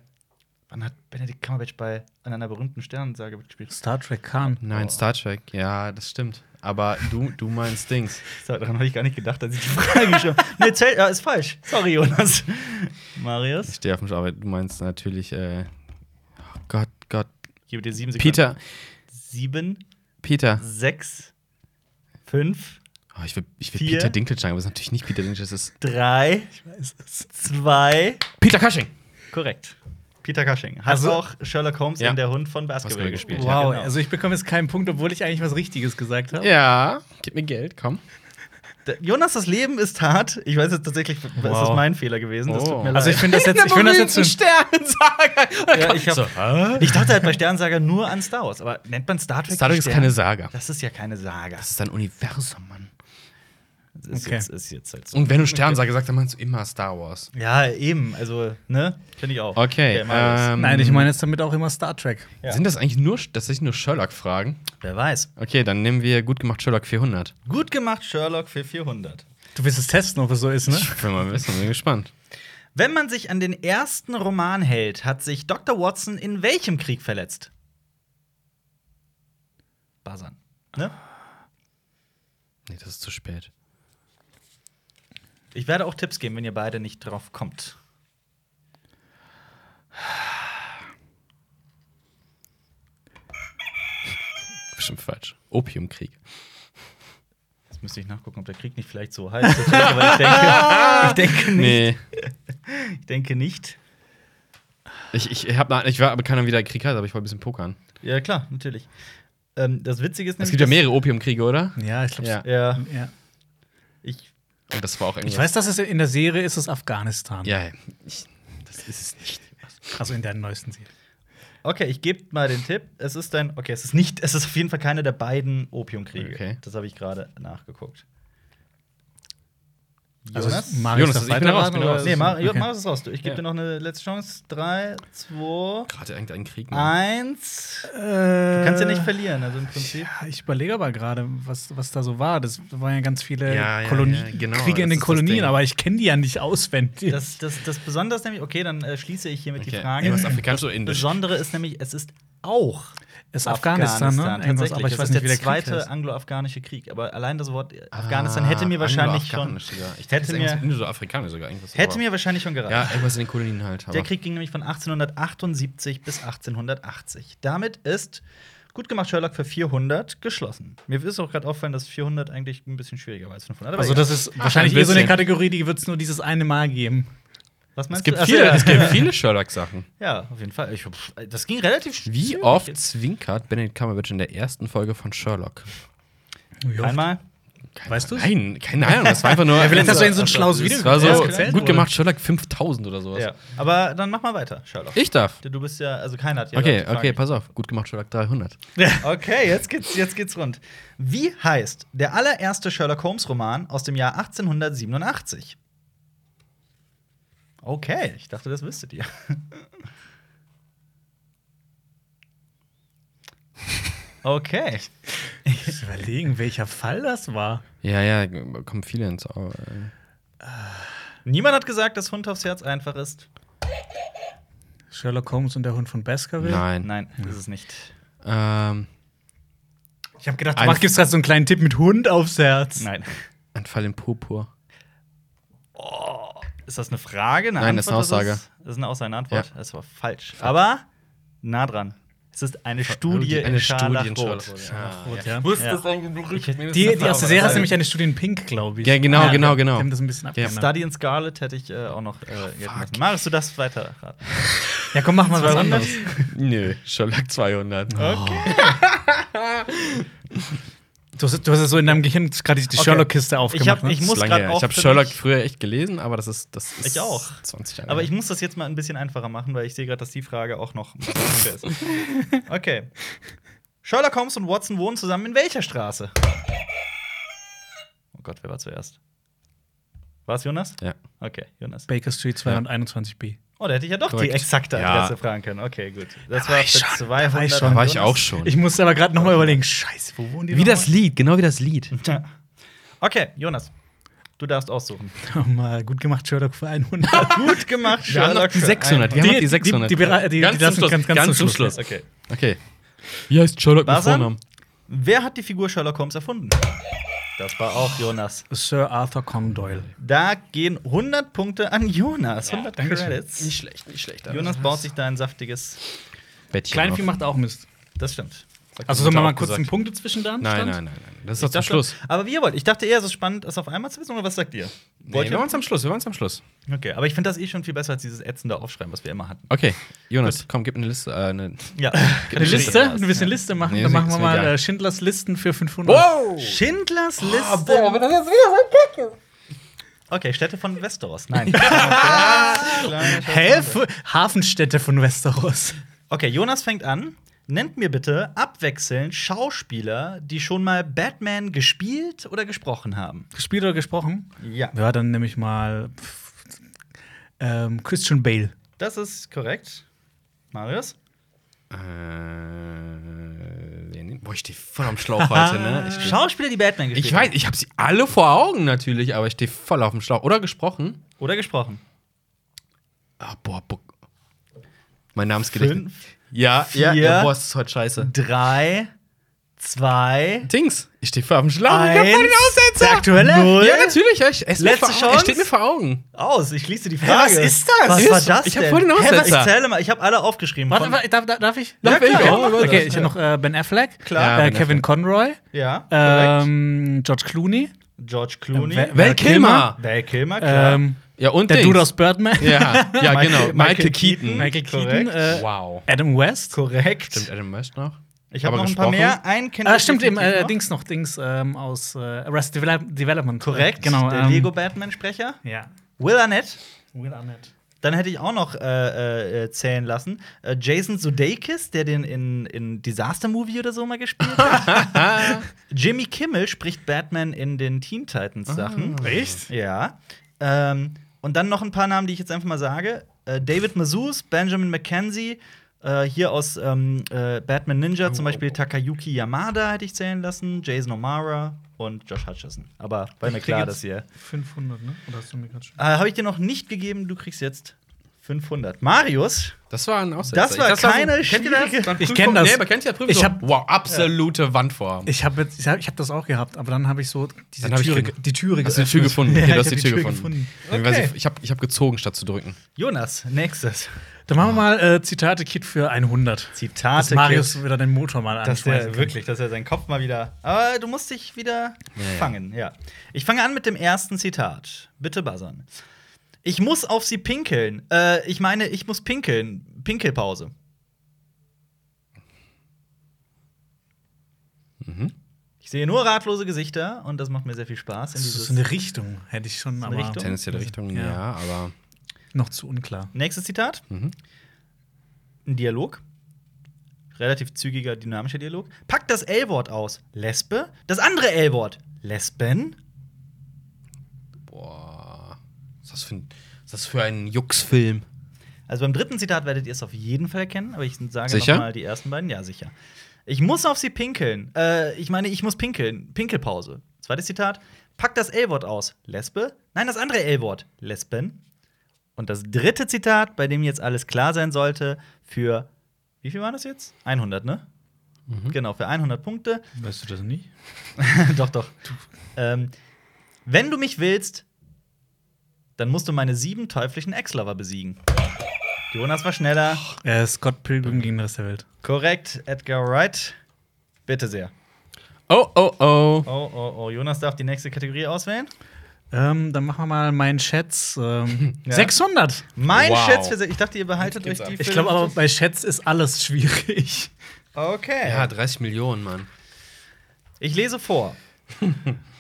S1: Wann hat Benedict Cumberbatch bei an einer berühmten Sternensage mitgespielt?
S3: Star Trek Khan.
S2: Nein, Star Trek, ja, das stimmt. Aber du, du meinst Dings.
S1: So, daran habe ich gar nicht gedacht, als ich die Frage geschrieben habe. Nee, zählt, ja, ist falsch. Sorry, Jonas.
S2: Ich
S1: Marius?
S2: stehe auf mich, aber du meinst natürlich, äh, oh Gott, Gott.
S1: Ich gebe dir sieben Sekunden.
S2: Peter,
S1: Sieben,
S2: Peter.
S1: Mhm. sechs, fünf,
S2: Oh, ich will, ich will
S1: Vier.
S2: Peter Dinklage sagen, aber es ist natürlich nicht Peter Dinklage, es ist
S1: drei, zwei.
S2: Peter Cushing.
S1: Korrekt. Peter Cushing. Hat
S3: Also-
S1: auch Sherlock Holmes
S2: Ja.
S1: in Der Hund von Baskerville
S2: Baskerville
S1: gespielt.
S2: gespielt,
S1: Ja,
S3: Wow,
S1: genau.
S3: also ich bekomme jetzt keinen Punkt, obwohl ich eigentlich was Richtiges gesagt habe.
S2: Ja, gib mir Geld, komm.
S1: D- Jonas, das Leben ist hart. Ich weiß jetzt tatsächlich, ist das
S3: Wow.
S1: mein Fehler gewesen. Das tut
S2: Oh.
S1: mir leid.
S3: Also ich finde das jetzt, ich finde das jetzt, so-
S2: Sternsager.
S1: Ja, ich hab-
S2: so, hä?
S1: ich dachte halt bei Sternsager nur an Star Wars, aber nennt man Star Trek?
S2: Star Trek ist
S1: Stern-
S2: keine Saga.
S1: Das ist ja keine Saga.
S2: Das ist ein Universum, Mann.
S1: Das ist,
S3: Okay.
S1: jetzt, ist jetzt halt so.
S2: Und wenn du Sternsager sagst, dann meinst du immer Star Wars.
S1: Ja, eben. Also, ne? Finde ich auch.
S2: Okay,
S1: mal los.
S2: ähm,
S3: Nein, ich meine jetzt damit auch immer Star Trek.
S1: Ja.
S2: Sind das eigentlich nur, das sind nur Sherlock-Fragen?
S1: Wer weiß.
S2: Okay, dann nehmen wir gut gemacht Sherlock 400.
S1: Gut gemacht, Sherlock für 400.
S3: Du willst es testen, ob es so ist, ne?
S2: Ich will mal wissen, bin gespannt.
S1: Wenn man sich an den ersten Roman hält, hat sich Dr. Watson in welchem Krieg verletzt? Basan. Ne?
S2: Nee, das ist zu spät.
S1: Ich werde auch Tipps geben, wenn ihr beide nicht drauf kommt.
S2: Bestimmt falsch. Opiumkrieg.
S1: Jetzt müsste ich nachgucken, ob der Krieg nicht vielleicht so heißt. aber ich denke, ich denke nicht.
S2: Nee.
S1: Ich denke nicht.
S2: Ich, ich, hab, nach- ich war aber keiner wieder Krieg hat, aber ich wollte ein bisschen pokern.
S1: Ja, klar, natürlich. Ähm, das Witzige ist
S2: Es
S1: nämlich.
S2: gibt ja
S1: dass-
S2: mehrere Opiumkriege, oder?
S3: Ja, ich glaube
S2: Ja.
S1: Ja,
S3: ja.
S1: ich
S2: Und das war auch
S3: Ich
S2: irgendwas.
S3: weiß, dass es in der Serie ist es Afghanistan.
S2: Ja, ich, das ist es nicht.
S3: Also in der neuesten Serie.
S1: Okay, ich gebe mal den Tipp. Es ist ein. Okay, es ist nicht. Es ist auf jeden Fall keiner der beiden Opiumkriege.
S2: Okay.
S1: Das habe ich gerade nachgeguckt.
S3: Also,
S1: Jonas?
S3: mag
S2: Jonas,
S3: ich das
S2: ich bin raus,
S3: weiterraten?
S2: bin
S3: oder
S2: raus.
S3: ist
S1: nee,
S3: es-
S1: mach, jo,
S3: okay.
S1: mach es raus. Du. Ich gebe
S2: Ja.
S1: dir noch eine letzte Chance. Drei, zwei,
S2: Gerade irgendeinen Krieg. ne?
S1: Ah,
S2: Mann.
S1: eins.
S3: Äh,
S1: Du kannst ja nicht verlieren, also im Prinzip.
S3: Ja, ich überlege aber gerade, was, was da so war. Das waren ja ganz viele
S2: Ja, ja,
S3: Koloni
S2: ja, genau,
S3: Kriege in
S2: das
S3: den
S2: ist das
S3: Kolonien,
S2: Ding.
S3: aber ich kenne die ja nicht auswendig.
S1: Das, das, das Besondere ist nämlich, okay, dann äh, schließe ich hiermit die
S2: Okay.
S1: Frage.
S2: Irgendwas afrikanisch oder
S1: Das
S2: indisch.
S1: Besondere ist nämlich, es ist auch
S3: ist Afghanistan, ne? Irgendwas,
S1: Tatsächlich.
S3: aber ich
S1: das
S3: weiß
S1: ist
S3: nicht, wie
S1: der
S3: der Krieg
S1: zweite
S3: heißt.
S1: anglo-afghanische Krieg. Aber allein das Wort Afghanistan hätte mir
S2: Ah,
S1: wahrscheinlich schon,
S2: Anglo-Afghanisch sogar. Ich
S1: hätte
S2: hätte
S1: mir-
S2: mir. Indisch oder Afrikanisch sogar. Irgendwas
S1: hätte
S2: aber-
S1: mir wahrscheinlich schon gereicht.
S2: Ja, irgendwas in den Kolonien
S1: Der
S2: halt. aber-
S1: Krieg ging nämlich von 1878 bis 1880. Damit ist gut gemacht Sherlock für 400 geschlossen. Mir ist auch gerade auffallen, dass 400 eigentlich ein bisschen schwieriger war als 500. aber
S3: Also,
S1: egal.
S3: das ist
S2: Ah,
S3: wahrscheinlich
S2: ein
S3: eh so eine
S2: bisschen.
S3: Kategorie, die wird es nur dieses eine Mal geben.
S1: was meinst
S2: Es gibt,
S1: du? Ach so,
S2: viele,
S1: ja.
S2: es gibt viele Sherlock-Sachen.
S1: ja, auf jeden Fall. Ich, pff, das ging relativ schnell.
S2: Wie oft zwinkert Benedict Cumberbatch in der ersten Folge von Sherlock?
S1: Einmal.
S2: Keine
S3: Weißt du's?
S2: Nein, keine Ahnung. Das war einfach nur.
S3: vielleicht hast du ihnen so ein
S1: Also,
S3: schlaues
S1: das
S3: Video
S2: das war
S1: Ja,
S2: so
S1: das erzählt
S2: gut
S1: wurde.
S2: gemacht, Sherlock 5000 oder sowas.
S1: Ja. Aber dann mach mal weiter, Sherlock.
S2: Ich darf.
S1: Du bist ja, also keiner hat ja
S2: Okay,
S1: die Frage
S2: okay,
S1: nicht.
S2: pass auf. Gut gemacht, Sherlock 300.
S1: Okay, jetzt geht's, jetzt geht's rund. Wie heißt der allererste Sherlock Holmes-Roman aus dem Jahr 1887? Okay, ich dachte, das wüsstet ihr. Okay.
S3: Ich überlegen, welcher Fall das war.
S2: Ja, ja, g- kommen viele ins Auge.
S1: Niemand hat gesagt, dass Hund aufs Herz einfach ist.
S3: Sherlock Holmes und der Hund von Baskerville?
S2: Nein.
S1: Nein, ist es nicht.
S2: Ähm,
S3: Ich habe gedacht, du
S2: Ein-
S3: machst- gibst gerade so einen kleinen Tipp mit Hund aufs Herz.
S1: Nein.
S2: ein Fall in Purpur.
S1: Ist das eine Frage? Eine
S2: Nein, das ist eine
S1: Antwort?
S2: Aussage.
S1: Das ist, das ist eine Aussage, eine Antwort.
S2: Ja.
S1: Das war falsch. Aber nah dran. Es ist eine Studie in Scharlachrot.
S2: Scharlachrot.
S3: Rot, ja.
S1: Ja.
S3: Die, die aus der Serie
S1: Weil-
S3: ist nämlich eine Studie in Pink, glaube ich.
S2: Ja, genau,
S3: Ah,
S2: genau,
S3: die-
S2: genau.
S3: Die haben das ein bisschen
S2: Ja.
S3: abgeändert.
S1: Study in Scarlet hätte ich äh, auch noch. Äh, oh, Machst du das weiter?
S3: Ja, komm, mach mal was anderes.
S2: Nö, Sherlock 200.
S3: Du hast, du hast ja so in deinem Gehirn gerade die, die
S1: Okay.
S3: Sherlock-Kiste
S1: Ich,
S3: aufgemacht.
S1: hab, ich
S3: ne?
S1: muss
S2: Ist lange
S1: gerade
S2: her.
S1: auch.
S2: Ich habe
S1: für
S2: Sherlock
S1: mich-
S2: früher echt gelesen, aber das ist das ist
S1: Ich auch.
S2: 20 Jahre.
S1: Aber ich
S2: her.
S1: muss das jetzt mal ein bisschen einfacher machen, weil ich sehe gerade, dass die Frage auch noch. unfair ist. Okay. Sherlock Holmes und Watson wohnen zusammen in welcher Straße? Oh Gott, wer war zuerst? War es Jonas?
S2: ja.
S1: Okay, Jonas.
S3: Baker Street 221b.
S1: Oh, da hätte ich ja doch die
S2: Korrekt.
S1: exakte
S2: Ja.
S1: Adresse fragen können. Okay, gut. Das
S3: Da war
S1: war
S3: ich
S1: für
S3: schon, da
S1: 200.
S3: war ich schon.
S2: Da
S1: und
S2: war ich
S1: Jonas-
S2: auch schon.
S3: Ich musste aber gerade nochmal überlegen, scheiße, wo wohnen die
S2: Wie
S3: noch
S2: das Lied, genau wie das Lied.
S1: Tja. Okay, Jonas. Du darfst aussuchen.
S3: Oh mal? Nochmal gut gemacht, Sherlock für 100.
S1: Gut gemacht,
S2: Wir haben noch die 600. Wir haben noch die 600.
S3: Die, die, die, die,
S2: Ganz
S3: die
S2: zum
S3: lassen
S2: Schluss,
S3: ganz, ganz, zum Schluss.
S1: Okay.
S2: Okay. Wie heißt Sherlock mit
S1: Basan?
S2: Vornamen?
S1: Wer hat die Figur Sherlock Holmes erfunden? Das war auch Jonas.
S3: Sir Arthur Conan Doyle.
S2: Genau.
S1: Da gehen 100 Punkte an Jonas. 100
S3: danke schön.
S1: Credits.
S2: schlecht, nicht schlecht.
S1: Jonas baut sich da ein saftiges.
S2: Bettchen
S3: Kleine
S2: auf.
S3: Vieh macht auch Mist.
S1: Das stimmt.
S2: Sagt meine
S3: Also sollen wir
S2: Mutter
S3: mal
S2: auch
S3: kurz einen
S2: gesagt.
S3: Punkt dazwischen da?
S2: Nein, nein, nein, nein. Das ist doch zum
S1: dachte,
S2: Schluss.
S1: Aber wie ihr wollt. Ich dachte eher, es ist spannend, das auf einmal zu wissen, oder was sagt ihr?
S2: Nee,
S1: Wollt
S2: wir
S1: ihr?
S2: waren es am Schluss, wir waren es am Schluss.
S1: Okay, aber ich finde das eh schon viel besser als dieses ätzende Aufschreiben, was wir immer hatten.
S2: Okay, Jonas, komm, gib eine Liste. Äh, eine
S1: Ja.
S3: Eine Liste?
S2: Ja,
S3: Ein bisschen Liste machen.
S2: Nee,
S3: Dann
S2: das
S3: machen wir
S2: ist
S3: mal
S2: egal.
S3: äh, Schindlers Listen für 500.
S2: wow! Ah,
S1: Schindlers Liste.
S2: das jetzt
S1: okay, Städte von Westeros. Nein.
S3: Helfe Hafenstädte von Westeros.
S1: Okay, Jonas fängt an. Nennt mir bitte abwechselnd Schauspieler, die schon mal Batman gespielt oder gesprochen haben.
S3: Gespielt oder gesprochen?
S1: Ja.
S3: Ja, dann nehme ich mal pff, ähm, Christian Bale.
S1: Das ist korrekt. Marius?
S2: Äh, wen nehm- Boah, ich stehe voll am Schlauch heute, ne? Ich,
S1: Mhm. Schauspieler, die Batman gespielt
S2: ich weiß, ich habe sie alle vor Augen natürlich, aber ich stehe voll auf dem Schlauch. Oder gesprochen.
S1: haben. Oder gesprochen.
S2: Ah, boah, boah. Mein Namensgedächtnis.
S1: Fünf,
S2: Ja, ja,
S1: vier,
S2: ja, boah, es ist heute scheiße.
S1: Drei, zwei,
S2: Dings, ich stehe voll auf dem Schlauch. ich hab voll den
S1: Eins,
S2: Aussetzer.
S3: der aktuelle?
S1: Null.
S2: Ja, natürlich. ja, Ich, es steht mir
S1: Letzte
S2: vor Augen. es steht
S1: Chance?
S2: mir vor Augen.
S1: aus. Ich schließe die Frage.
S3: Was ist das?
S1: Was
S2: Ist-
S1: war das denn?
S2: ich hab voll den
S1: Hä, was-
S2: Aussetzer.
S1: Ich zähle mal. Ich habe alle aufgeschrieben.
S3: Warte,
S1: Von-
S3: warte, darf, darf- darf ich?
S2: Darf ich?
S3: klar,
S2: Ja, mach
S3: okay,
S2: das.
S3: ich habe noch äh, Ben Affleck,
S1: Klar.
S2: Ja,
S3: äh,
S2: Ben
S3: Kevin
S2: Affleck.
S3: Conroy,
S1: Ja, korrekt.
S3: ähm, George Clooney,
S1: George Clooney.
S3: Wer-
S2: Val
S3: Val
S2: Kilmer.
S3: Kilmer.
S1: Val Kilmer, klar.
S3: ähm,
S2: Ja, und
S3: der
S2: Dings.
S3: Dude aus Birdman,
S2: Ja, ja
S1: Michael-
S2: genau. Michael,
S1: Michael
S2: Keaton.
S1: Keaton.
S3: Michael Keaton,
S1: Korrekt.
S3: äh,
S2: Wow.
S3: Adam West.
S1: Korrekt.
S2: Stimmt Adam West noch?
S1: Ich habe
S2: Aber
S1: noch ein paar
S2: gesprochen?
S1: mehr. Ein kennt
S3: Ah,
S1: ihr
S3: stimmt, eben,
S1: definitiv
S3: äh,
S1: noch.
S3: Dings noch, Dings ähm, aus äh, Arrested Develop- Development.
S1: Korrekt.
S3: Genau.
S1: Der
S3: ähm,
S1: Lego Batman-Sprecher.
S3: Ja.
S1: Will Arnett.
S3: Will Arnett.
S1: Dann hätte ich auch noch äh, äh, äh, zählen lassen. Äh, Jason Sudeikis, der den in, in Disaster Movie oder so mal gespielt hat. Jimmy Kimmel spricht Batman in den Teen Titans Sachen.
S3: Echt?
S1: Ja. Ähm, und dann noch ein paar Namen, die ich jetzt einfach mal sage. Äh, David Mazuz, Benjamin McKenzie, äh, hier aus ähm, äh, Batman Ninja,
S3: Oh.
S1: zum Beispiel Takayuki Yamada hätte ich zählen lassen, Jason O'Mara und Josh Hutcherson. Aber war mir
S3: Ich krieg
S1: klar,
S3: jetzt-
S1: dass ihr.
S3: 500, ne? Oder hast du mir gerade schon?
S1: Äh, Habe ich dir noch nicht gegeben, du kriegst jetzt 500. Marius,
S2: Das war ein Aussetzer.
S1: Das war
S2: Ich- so-
S1: keine
S2: kennt ihr das?
S1: schwierige-
S2: Dann
S3: Ich
S2: prüft
S3: kenn
S2: man-
S3: das.
S2: Nee, aber kennt ihr das? Prüft
S3: Ich
S2: so,
S3: hab-
S2: wow, absolute Wandform.
S3: Ich habe ich hab, ich hab das auch gehabt, aber dann habe ich so diese
S2: Dann hab ich
S3: Türe,
S2: keine-
S3: die Türe
S2: Hast du die
S3: geöffnet.
S2: Tür gefunden?
S3: Ja,
S2: Okay, du
S3: ich
S2: hast
S3: hab
S2: die Tür gefunden. Ich weiß nicht, Ich habe ich hab gezogen, statt zu drücken.
S1: Jonas, nächstes.
S3: Dann machen wir mal äh, Zitate-Kit für 100. Dass
S1: Zitate.
S3: Marius wieder den Motor mal
S1: dass
S3: anschmeißen
S1: der
S3: kann.
S1: wirklich, dass er seinen Kopf mal wieder. Aber du musst dich wieder
S2: ja.
S1: fangen, ja. Ich fange an mit dem ersten Zitat. Bitte buzzern. Ich muss auf sie pinkeln. Äh, ich meine, ich muss pinkeln. Pinkelpause. Ich sehe nur ratlose Gesichter und das macht mir sehr viel Spaß. In
S3: Das ist
S1: dieses
S3: so eine Richtung, hätte ich schon, aber
S1: Richtung?
S2: Tendenzielle Richtung, ja,
S3: Ja.
S2: aber.
S3: noch zu unklar.
S1: Nächstes Zitat.
S2: Mhm.
S1: Ein Dialog. Relativ zügiger, dynamischer Dialog. Packt das L-Wort aus. Lesbe. Das andere L-Wort. Lesben.
S2: Boah. Was ist das für ein, was ist das für ein Juxfilm?
S1: Also beim dritten Zitat werdet ihr es auf jeden Fall erkennen, aber ich sage
S2: Sicher?
S1: noch mal die ersten beiden. Ja, sicher. Ich muss auf sie pinkeln. Äh, ich meine, ich muss pinkeln. Pinkelpause. Zweites Zitat. Packt das L-Wort aus. Lesbe. Nein, das andere L-Wort. Lesben. Und das dritte Zitat, bei dem jetzt alles klar sein sollte, für wie viel war das jetzt? 100, ne? Genau, für 100 Punkte.
S3: Weißt du das nicht?
S1: doch, doch. Ähm, wenn du mich willst, dann musst du meine sieben teuflischen Ex-Lover besiegen. Jonas war schneller.
S3: Äh, Scott Pilgrim gegen den Rest der Welt.
S1: Korrekt, Edgar Wright. Bitte sehr.
S2: Oh, oh, oh.
S1: Oh, oh, oh. Jonas darf die nächste Kategorie auswählen.
S3: Ähm, dann machen wir mal meinen Schätz. Ähm,
S1: Ja.
S3: 600!
S1: Mein
S2: Wow.
S1: Schätz für sehr. Ich dachte, ihr behaltet euch
S2: Jetzt geht's
S1: die.
S2: ab.
S1: für-
S3: Ich glaube aber, bei Schätz ist alles schwierig.
S1: Okay.
S2: Ja, 30 Millionen, Mann.
S1: Ich lese vor.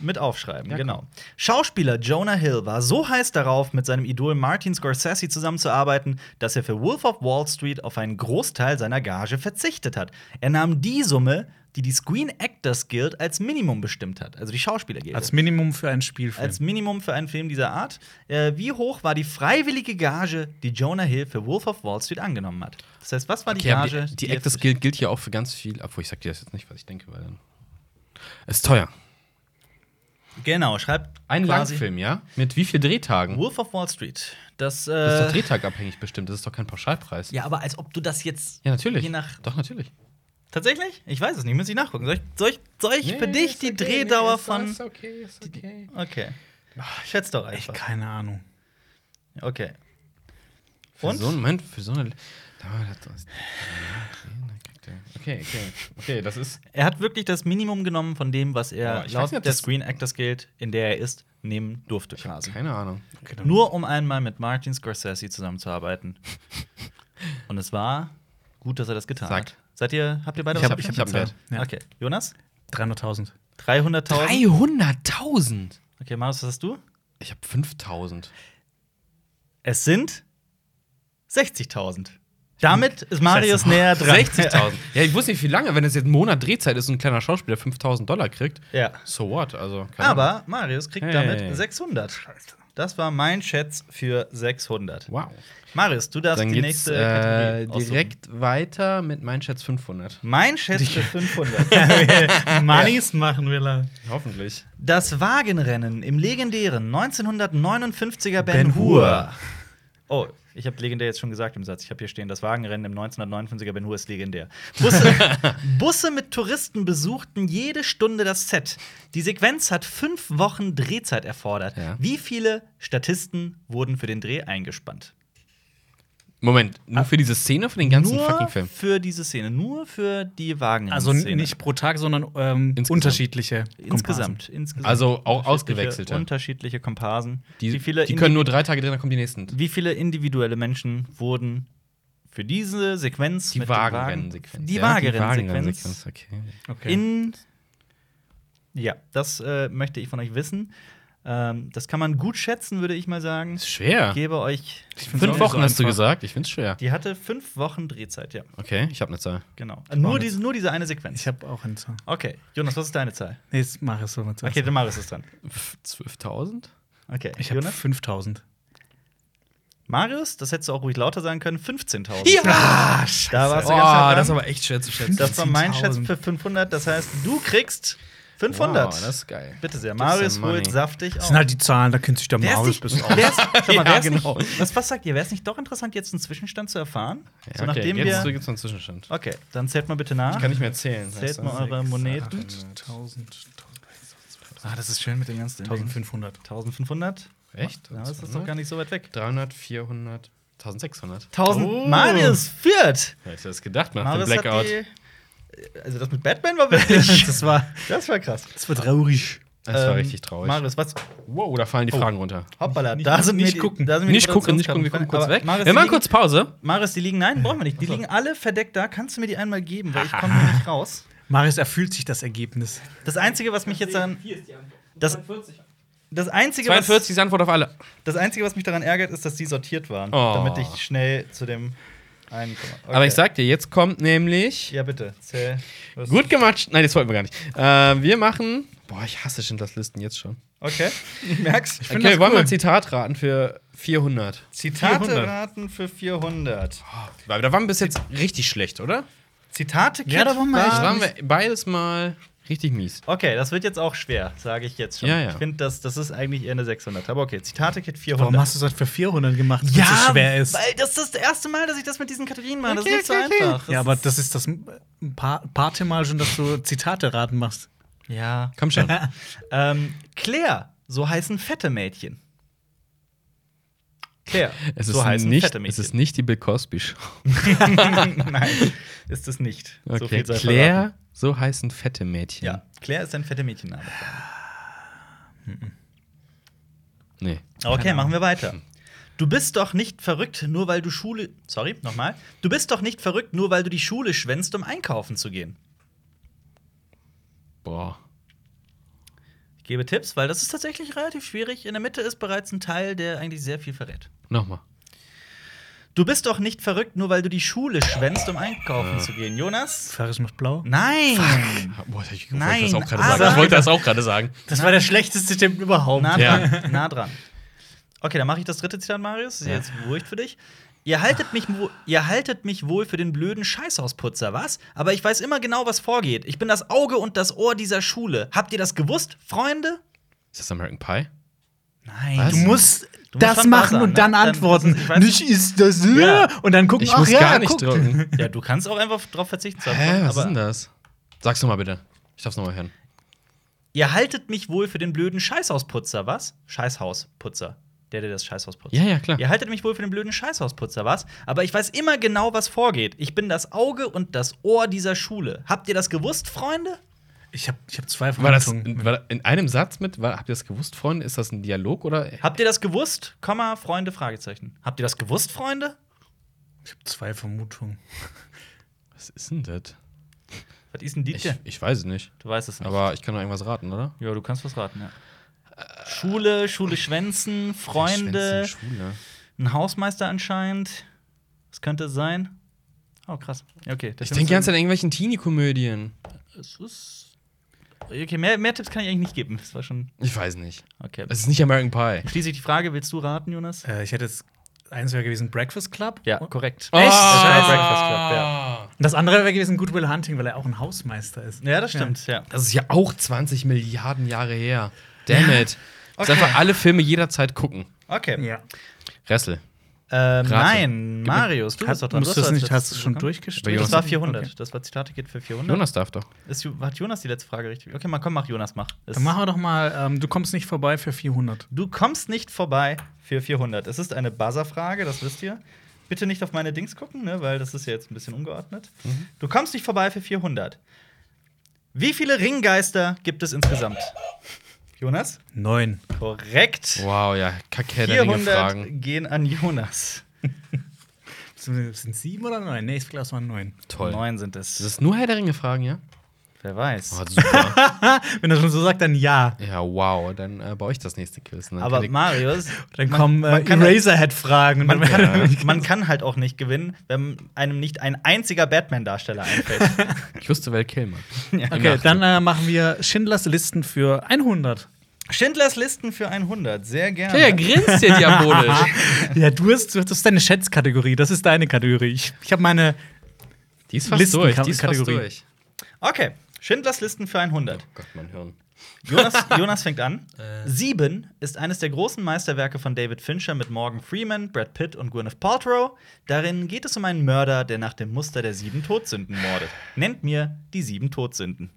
S1: mit Aufschreiben, genau. Schauspieler Jonah Hill war so heiß darauf, mit seinem Idol Martin Scorsese zusammenzuarbeiten, dass er für Wolf of Wall Street auf einen Großteil seiner Gage verzichtet hat. Er nahm die Summe, die die Screen Actors Guild als Minimum bestimmt hat, also die Schauspielergilde.
S3: Als Minimum für ein Spielfilm.
S1: als Minimum für einen Film dieser Art. Äh, wie hoch war die freiwillige Gage, die Jonah Hill für Wolf of Wall Street angenommen hat? Das heißt, was war die
S2: Okay, aber
S1: Gage?
S2: die, die
S1: er-
S2: Actors Guild gilt ja auch für ganz viel. Obwohl, ich sag dir das jetzt nicht, was ich denke, weil dann. Es ist teuer.
S1: Genau, schreibt
S2: Ein
S1: quasi
S2: Langfilm, ja? Mit wie vielen Drehtagen?
S1: Wolf of Wall Street. Das, äh,
S2: Das ist doch drehtagabhängig bestimmt. Das ist doch kein Pauschalpreis.
S1: Ja, aber als ob du das jetzt.
S2: Ja, natürlich.
S1: Je nach.
S2: Doch, natürlich.
S1: Tatsächlich? Ich weiß es nicht, muss ich nachgucken. Soll ich, soll ich, soll ich für dich die Drehdauer von.
S2: okay, ist okay.
S1: Okay. Schätz doch
S3: Ich
S1: einfach.
S3: keine Ahnung.
S1: Okay.
S2: Für
S1: Und?
S2: so einen Moment, für so eine. Da- das- Charakter. Okay, okay. Okay, das ist.
S1: Er hat wirklich das Minimum genommen von dem, was er
S2: Boah, ich weiß
S1: laut
S2: nicht, ob
S1: der
S2: das-
S1: Screen Actors Guild, in der er ist, nehmen durfte quasi.
S2: Keine Ahnung. Okay, dann-
S1: Nur um einmal mit Martin Scorsese zusammenzuarbeiten. Und es war gut, dass er das getan
S2: Sag.
S1: hat. Seid ihr, habt ihr beide
S2: Ich
S1: was
S2: hab- ich hab
S1: abgezählt?
S2: bezahlt,
S3: ja.
S1: Okay. Jonas?
S3: 300.000.
S1: 300.000?
S2: 300.000!
S1: Okay, Marius, was hast du?
S2: Ich habe 5000.
S1: Es sind 60.000. Damit ist Marius näher dran.
S2: 60.000. Ja, ich wusste nicht, wie lange. Wenn es jetzt ein Monat Drehzeit ist und ein kleiner Schauspieler 5000 Dollar kriegt,
S1: ja.
S2: so what? Also, keine Ahnung.
S1: Aber Marius kriegt
S2: Hey.
S1: damit 600. Das war mein Schätz für 600.
S2: Wow.
S1: Marius, du darfst
S2: Dann
S1: die
S2: geht's
S1: nächste
S2: äh,
S1: Kategorie aussuchen.
S2: direkt weiter mit Mein Schätz 500.
S1: Mein Schätz für 500.
S3: Moneys machen wir lang.
S2: Hoffentlich.
S1: Das Wagenrennen im legendären 1959er Ben,
S3: Ben
S1: Hur.
S3: Hur.
S1: Oh, ich habe legendär jetzt schon gesagt im Satz. Ich habe hier stehen, das Wagenrennen im 1959er Ben Hur ist legendär. Busse, Busse mit Touristen besuchten jede Stunde das Set. Die Sequenz hat fünf Wochen Drehzeit erfordert.
S2: Ja.
S1: Wie viele Statisten wurden für den Dreh eingespannt?
S2: Moment, nur für diese Szene, für den ganzen
S1: nur
S2: fucking Film?
S1: für diese Szene, nur für die Wagenrennen.
S3: Also nicht pro Tag, sondern ähm,
S2: Insgesamt.
S3: unterschiedliche. Komparsen.
S1: insgesamt, insgesamt.
S2: Also auch
S1: Unterschiedliche-
S2: ausgewechselte.
S1: Unterschiedliche Komparsen.
S2: Die,
S1: Wie viele
S2: die können nur drei Tage drehen, dann kommen die nächsten.
S1: Wie viele individuelle Menschen wurden für diese Sequenz
S2: Die
S1: mit dem
S2: Wagenrennensequenz.
S1: Die
S2: Ja, die
S1: Wagenrennensequenz
S2: Okay.
S3: Okay.
S1: in ja, das äh, möchte ich von euch wissen. Ähm, das kann man gut schätzen, würde ich mal sagen.
S2: Ist schwer.
S1: Ich gebe euch
S3: find's
S2: Fünf Wochen
S3: auch nicht so
S2: hast du
S3: einfach.
S2: gesagt. Ich find's schwer.
S1: Die hatte fünf Wochen Drehzeit, ja,
S2: Okay, ich habe eine Zahl.
S1: genau. Nur
S3: mit.
S1: diese, nur diese eine Sequenz.
S3: ich habe auch einen Song.
S1: Okay, Jonas, was ist deine Zahl?
S3: Nee, jetzt mach es so mit
S1: Okay, der Marius ist dran.
S2: 12.000?
S1: Okay,
S3: Ich habe
S1: Jonas.
S3: 5.000.
S1: Marius, das hättest du auch ruhig lauter sagen können, 15.000.
S2: Ja!
S1: Ah, Da warst du ganz
S2: Oh,
S1: schnell dran.
S2: das ist aber echt schwer zu schätzen.
S1: Das war mein Schatz
S3: 10.000.
S1: für 500, das heißt, du kriegst
S2: Wow,
S1: 500.
S2: das ist geil.
S1: Bitte sehr,
S2: Gib's
S1: Marius
S2: dem
S1: holt
S2: Money.
S1: saftig
S3: Das
S1: auf.
S3: sind halt die Zahlen, da kennt sich der
S1: Wär's
S3: Maus
S1: nicht,
S3: bis
S1: wär's, schau mal,
S2: Ja,
S1: wär's
S2: genau.
S1: nicht, was, was sagt ihr? Wäre es nicht doch interessant, jetzt einen Zwischenstand zu erfahren?
S2: Ja,
S1: so nachdem
S2: jetzt
S1: wir.
S2: gibt's noch einen Zwischenstand.
S1: Okay, dann zählt mal bitte nach.
S2: Ich kann nicht mehr zählen.
S1: Zählt
S2: weißt du?
S1: mal eure Moneten.
S3: 1000.
S1: Ah, das ist schön mit den ganzen
S3: 1500.
S1: 1500?
S2: Echt?
S1: Ja, das ist doch gar nicht so weit weg.
S2: 300, 400, 1600.
S1: 1000. Marius führt!
S2: Oh. Hätte ich das gedacht nach dem
S1: Marius
S2: Blackout.
S1: hat die. Also, das mit Batman war wirklich.
S3: Das war,
S1: das war krass.
S3: das war traurig.
S2: Das war
S1: Ähm,
S2: richtig traurig.
S1: Marius, was?
S2: Wow, da fallen die Fragen runter.
S1: Hoppala,
S3: Nicht-
S1: da sind
S3: nicht
S1: wir die-
S3: gucken.
S1: Da sind wir die
S2: Nicht gucken, nicht
S1: Produktionskarten.
S2: gucken, wir gucken kurz
S1: Aber
S2: weg.
S1: Marius,
S2: Wir
S1: die
S2: machen
S1: liegen-
S2: kurz Pause.
S1: Marius, die liegen, nein, brauchen wir nicht. Die liegen alle verdeckt da. Kannst du mir die einmal geben, weil ich komme hier nicht raus.
S3: Marius erfüllt sich das Ergebnis.
S1: Das Einzige, was mich jetzt daran. Das, das, Einzige, was,
S2: 42 ist die Antwort auf alle.
S1: das Einzige, was mich daran ärgert, ist, dass die sortiert waren.
S2: Oh.
S1: Damit ich schnell zu dem einen komme. Okay.
S2: Aber ich sag dir, jetzt kommt nämlich.
S1: Ja, bitte. Zähl. Was-
S2: Gut gemacht. Nein, das wollten wir gar nicht. Äh, wir machen. Boah, ich hasse Schindlers Listen jetzt schon.
S1: Okay. Ich merk's.
S3: find
S2: okay,
S3: das
S2: wollen wir
S3: cool.
S2: ein Zitat raten für 400?
S1: Zitate
S3: 400.
S1: raten für 400.
S2: Weil da waren wir bis jetzt richtig schlecht, oder?
S1: Zitate
S3: Ja, da waren wir
S2: Da
S3: echt-
S2: waren wir beides mal richtig mies.
S1: Okay, das wird jetzt auch schwer, sage ich jetzt schon.
S2: Ja, ja.
S1: Ich finde, das, das ist eigentlich eher eine 600. Aber okay, Zitate-Kit 400.
S3: Warum hast du das für 400 gemacht, wenn es so schwer ist?
S1: Weil das ist das erste Mal, dass ich das mit diesen Kategorien mache. das
S2: Okay,
S1: ist nicht
S2: okay,
S1: so
S2: okay.
S1: einfach.
S3: Ja, aber das ist das pa Pate Mal schon, dass du Zitate raten machst.
S1: Ja.
S2: Komm schon.
S1: Ähm, Claire, so heißen fette Mädchen. Claire,
S2: Es ist,
S1: so heißen
S2: nicht,
S1: fette
S2: es
S1: Mädchen.
S2: ist nicht die Bill Cosby Show.
S1: Nein, ist es nicht. So
S2: Okay.
S1: viel sei verraten.
S2: Claire, so heißen fette Mädchen.
S1: Ja, Claire ist ein fette Mädchenname.
S2: Nee.
S1: Okay,
S3: Keine
S1: machen wir weiter. Du bist doch nicht verrückt, nur weil du Schule. Sorry, nochmal. Du bist doch nicht verrückt, nur weil du die Schule schwänzt, um einkaufen zu gehen.
S2: Boah.
S1: Ich gebe Tipps, weil das ist tatsächlich relativ schwierig. In der Mitte ist bereits ein Teil, der eigentlich sehr viel verrät.
S2: Nochmal.
S1: Du bist doch nicht verrückt, nur weil du die Schule schwänzt, um einkaufen zu gehen, Jonas?
S3: Ferris macht blau.
S1: Nein!
S2: Ah, Boah, ich
S1: Nein,
S2: wollte das auch gerade
S1: aber-
S2: sagen. Ich wollte das auch gerade sagen.
S3: Das war der schlechteste Tipp überhaupt.
S1: Nah
S2: Ja.
S1: dran, nah dran. Okay, dann mache ich das dritte Zitat, Marius. Ist
S2: Ja.
S1: jetzt wurscht für dich. Ihr haltet, mich wo, ihr haltet mich wohl für den blöden Scheißhausputzer, was? Aber ich weiß immer genau, was vorgeht. Ich bin das Auge und das Ohr dieser Schule. Habt ihr das gewusst, Freunde?
S2: Ist das American Pie?
S1: Nein.
S2: Was?
S3: Du musst
S1: Du musst
S3: das
S1: schon
S3: machen
S1: buzzern,
S3: und
S1: ne?
S3: dann
S1: Dann-
S3: antworten.
S1: ich weiß-
S3: nicht ist das
S1: Ja.
S3: und dann gucken.
S2: Ich
S3: ach
S2: muss
S3: ja,
S2: gar nicht
S3: guck.
S2: drücken.
S1: Ja, du kannst auch einfach drauf verzichten. zu
S2: Hä,
S1: antworten,
S2: was ist
S1: aber
S2: denn das? Sag's nochmal bitte. Ich darf's nochmal hören.
S1: Ihr haltet mich wohl für den blöden Scheißhausputzer, was? Scheißhausputzer.
S4: der, der das Scheißhaus putzt.
S2: Ja, ja, klar.
S1: Ihr haltet mich wohl für den blöden Scheißhausputzer, was? Aber ich weiß immer genau, was vorgeht. Ich bin das Auge und das Ohr dieser Schule. Habt ihr das gewusst, Freunde?
S3: Ich habe ich hab zwei
S2: War das
S3: Vermutungen.
S2: in, war das in einem Satz mit, war, habt ihr das gewusst, Freunde? Ist das ein Dialog oder?
S1: Habt ihr das gewusst? Komma, Freunde, Fragezeichen. Habt ihr das gewusst, Freunde?
S3: Ich habe zwei Vermutungen.
S2: Was ist denn das?
S1: Was ist denn die
S2: Ich,
S1: denn?
S2: ich weiß es nicht.
S1: Du weißt es nicht.
S2: Aber ich kann doch irgendwas raten, oder?
S1: ja, du kannst was raten, ja. Schule, Schule schwänzen, Freunde,
S2: Schwänzen, Schule.
S1: ein Hausmeister anscheinend. Was könnte es sein? Oh, krass. Ja, Okay, das
S2: Ich denke die ganze Zeit an irgendwelchen Teenie-Komödien.
S1: Es ist. Okay, mehr, mehr Tipps kann ich eigentlich nicht geben. Das war schon.
S2: Ich weiß nicht.
S1: Okay.
S2: Es ist nicht American Pie.
S1: Schließlich die Frage: Willst du raten, Jonas?
S3: Äh, ich hätte jetzt eins wäre gewesen Breakfast Club.
S1: Ja, korrekt.
S2: Oh!
S1: Das war Breakfast Club, ja.
S3: Und das andere wäre gewesen Goodwill Hunting, weil er auch ein Hausmeister ist.
S1: Ja, das stimmt, ja.
S2: Das ist ja auch 20 Milliarden Jahre her. Damn it. Okay. einfach alle Filme jederzeit gucken.
S1: Okay.
S3: Ja.
S2: Ressel.
S1: Ähm, nein, Marius, du bist doch dran.
S3: Musst du
S1: hast
S3: das
S1: als
S3: nicht, hast
S1: letztes
S3: du es schon
S1: bekommen.
S3: durchgestellt?
S1: Das war 400. Das war Zitate-Kit für 400.
S2: Jonas darf doch.
S1: Ist, Ju- hat Jonas die letzte Frage richtig? Okay, mal komm, mach Jonas, mach. Ist-
S3: Dann machen wir doch mal, ähm, du kommst nicht vorbei für 400.
S1: Du kommst nicht vorbei für 400. Es ist eine Buzzer-Frage, das wisst ihr. Bitte nicht auf meine Dings gucken, ne, weil das ist ja jetzt ein bisschen ungeordnet. Du kommst nicht vorbei für 400. Wie viele Ringgeister gibt es insgesamt? Jonas?
S3: Neun.
S1: Korrekt.
S2: Wow, ja, Kackherr der Ringe
S1: 400
S2: Fragen.
S1: gehen an Jonas.
S3: Sind sind sieben oder neun? Nee, ich glaube, es waren neun.
S2: Toll.
S1: Neun sind es.
S2: Das ist nur Herr der Ringe Fragen, ja?
S1: Wer weiß.
S2: Oh, super.
S3: Wenn er schon so sagt, dann ja.
S2: ja, wow, dann äh, baue ich das nächste Quiz. ne? Dann
S1: Aber
S2: kann ich-
S1: Marius,
S3: Dann
S1: man-
S3: kommen äh,
S1: man kann-
S3: Eraserhead-Fragen. und
S1: Man,
S3: dann-
S1: kann, man kann halt auch nicht gewinnen, wenn einem nicht ein einziger Batman-Darsteller einfällt.
S2: ich wusste, wer Kilmer.
S3: Okay, dann äh, machen wir Schindlers Listen für 100.
S1: Schindlers Listen für 100, sehr gerne.
S2: Ja, grinst ja diabolisch.
S3: Ja, du hast, das ist deine Schätzkategorie, das ist deine Kategorie. Ich, ich habe meine.
S2: Die ist fast
S3: Listen-
S2: durch, die ist fast
S3: Kategorie.
S2: durch.
S1: Okay, Schindlers Listen für 100.
S2: Oh Gott, mein Hirn.
S1: Jonas, Jonas fängt an.
S2: Äh.
S1: Sieben ist eines der großen Meisterwerke von David Fincher mit Morgan Freeman, Brad Pitt und Gwyneth Paltrow. Darin geht es um einen Mörder, der nach dem Muster der sieben Todsünden mordet. Nennt mir die sieben Todsünden.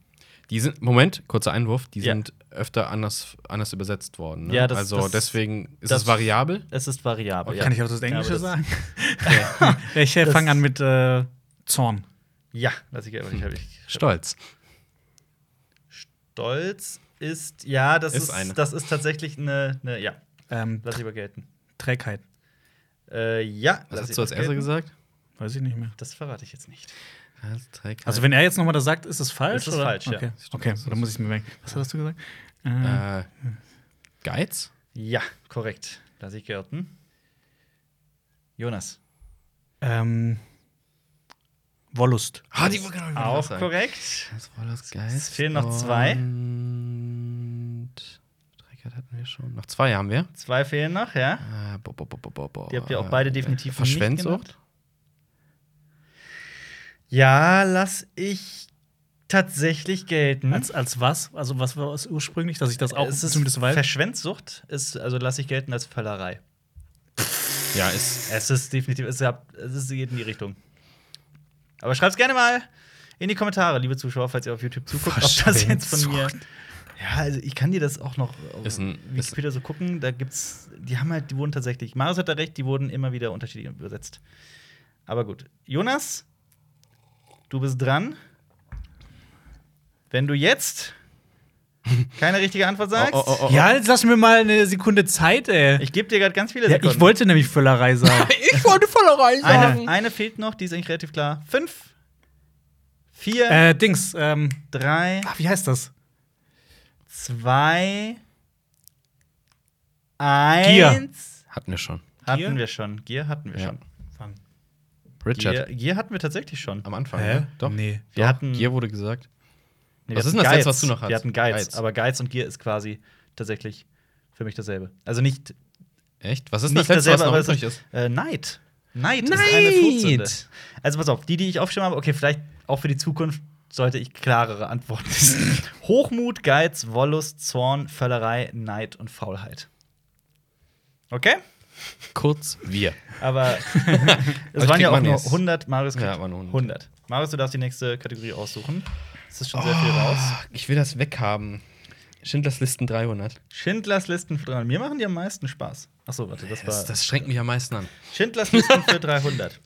S2: Die sind, Moment, kurzer Einwurf, die
S1: Ja.
S2: sind öfter anders, anders übersetzt worden. Ne?
S1: Ja, das-
S2: also
S1: das-
S2: deswegen ist
S1: das-
S2: es variabel.
S1: Es ist variabel. ja.
S3: Oh, Kann ich auch das Englische
S1: Ja, aber
S3: sagen? Ja, ich äh,
S1: Das-
S3: fange an mit äh, Zorn.
S1: Ja, lass ich, ich, hab ich
S2: Stolz.
S1: Stolz ist, ja, das
S2: Ist
S1: ist,
S2: eine.
S1: das ist tatsächlich eine, eine ja,
S3: Ähm,
S1: lass ich übergelten.
S3: Trägheit.
S1: Äh, ja, lass ich
S2: Was hast du als
S1: übergelten.
S2: erster gesagt?
S3: Weiß ich nicht mehr.
S1: Das verrate ich jetzt nicht.
S3: Also,
S2: halt.
S3: wenn er jetzt nochmal das sagt, ist es falsch?
S1: Ist es
S3: oder?
S1: falsch, ja.
S3: Okay, okay. dann muss ich mir merken. Was hast du gesagt? Äh,
S2: äh, Geiz?
S1: Ja, korrekt. Lass ich gelten. Jonas.
S3: ähm, Wollust.
S2: Ah, die genau,
S1: Auch korrekt.
S2: Was war das Geiz?
S1: Es fehlen noch zwei.
S2: Und Dreckert hatten wir schon. Noch zwei haben wir.
S1: Zwei fehlen noch, ja.
S2: Äh, bo, bo, bo, bo, bo, bo.
S1: Die habt ihr auch beide
S2: Äh,
S1: definitiv nicht
S2: Verschwendsucht?
S1: genannt. Ja, lass ich tatsächlich gelten.
S3: Als, als was? Also, was war es ursprünglich, dass ich das auch
S1: Hm? es ist
S3: zumindest weiß?
S1: Verschwendsucht ist, also lass ich gelten als Völlerei.
S2: Ja, ist.
S1: Es ist definitiv, es, hab, es ist, geht in die Richtung. Aber schreibt's gerne mal in die Kommentare, liebe Zuschauer, falls ihr auf YouTube zuguckt, ob das jetzt von mir. Ja, also ich kann dir das auch noch auf
S2: Ist ein- ist-
S1: Wikipedia so gucken. Da gibt's, die haben halt, die wurden tatsächlich. Marius hat da recht, die wurden immer wieder unterschiedlich übersetzt. Aber gut, Jonas, du bist dran. Wenn du jetzt keine richtige Antwort sagst,
S2: Oh, oh, oh, oh.
S3: Ja, jetzt lass mir mal eine Sekunde Zeit, ey.
S1: ich gebe dir gerade ganz viele
S3: ja,
S1: Sekunden.
S3: ich wollte nämlich Völlerei sagen.
S2: Ich wollte Vollerei
S1: Eine, eine fehlt noch, die ist eigentlich relativ klar. Fünf, vier,
S3: äh, Dings, ähm,
S1: drei,
S3: ach, wie heißt das?
S1: zwei, eins.
S2: Hatten wir schon.
S1: Hatten
S3: Gier?
S1: wir schon. Gier hatten wir
S2: Ja.
S1: schon.
S2: Richard.
S1: Gier, Gier hatten wir tatsächlich schon.
S2: Am Anfang, ne? Doch.
S3: Nee.
S1: Wir
S2: Doch,
S1: hatten-
S2: Gier wurde gesagt.
S1: Nee,
S2: Was
S1: wir
S2: ist
S1: hatten
S2: denn das
S1: Geiz.
S2: Letzte, was du noch hast?
S1: Wir hatten Geiz,
S2: Geiz.
S1: aber Geiz und Gier ist quasi tatsächlich für mich dasselbe. Also nicht,
S2: Echt? Was ist denn
S1: nicht
S2: das letzte, was
S1: dasselbe,
S2: noch
S1: aber es
S2: übrig
S1: ist.
S2: ist?
S1: Äh, Neid. Neid, ist eine
S2: Neid!
S1: Todsünde. Also pass auf, die, die ich aufgeschrieben habe, okay, vielleicht auch für die Zukunft sollte ich klarere Antworten wissen. Hochmut, Geiz, Wollust, Zorn, Völlerei, Neid und Faulheit. Okay?
S2: Kurz wir.
S1: Aber
S2: Aber
S1: es
S2: ich
S1: waren
S2: krieg
S1: ja auch
S2: meine
S1: nur
S2: jetzt.
S1: 100. Marius kriegt
S2: Ja, waren 100.
S1: 100.
S2: Oh. Ah,
S1: Marius, du darfst die nächste Kategorie aussuchen. Es ist schon sehr viel raus.
S2: Ich will das weghaben. Schindlers Listen 300.
S1: Schindlers Listen für 300. Mir machen die am meisten Spaß. Achso, warte, das war.
S2: Das, das schränkt mich am meisten an.
S1: Schindlers Listen für 300.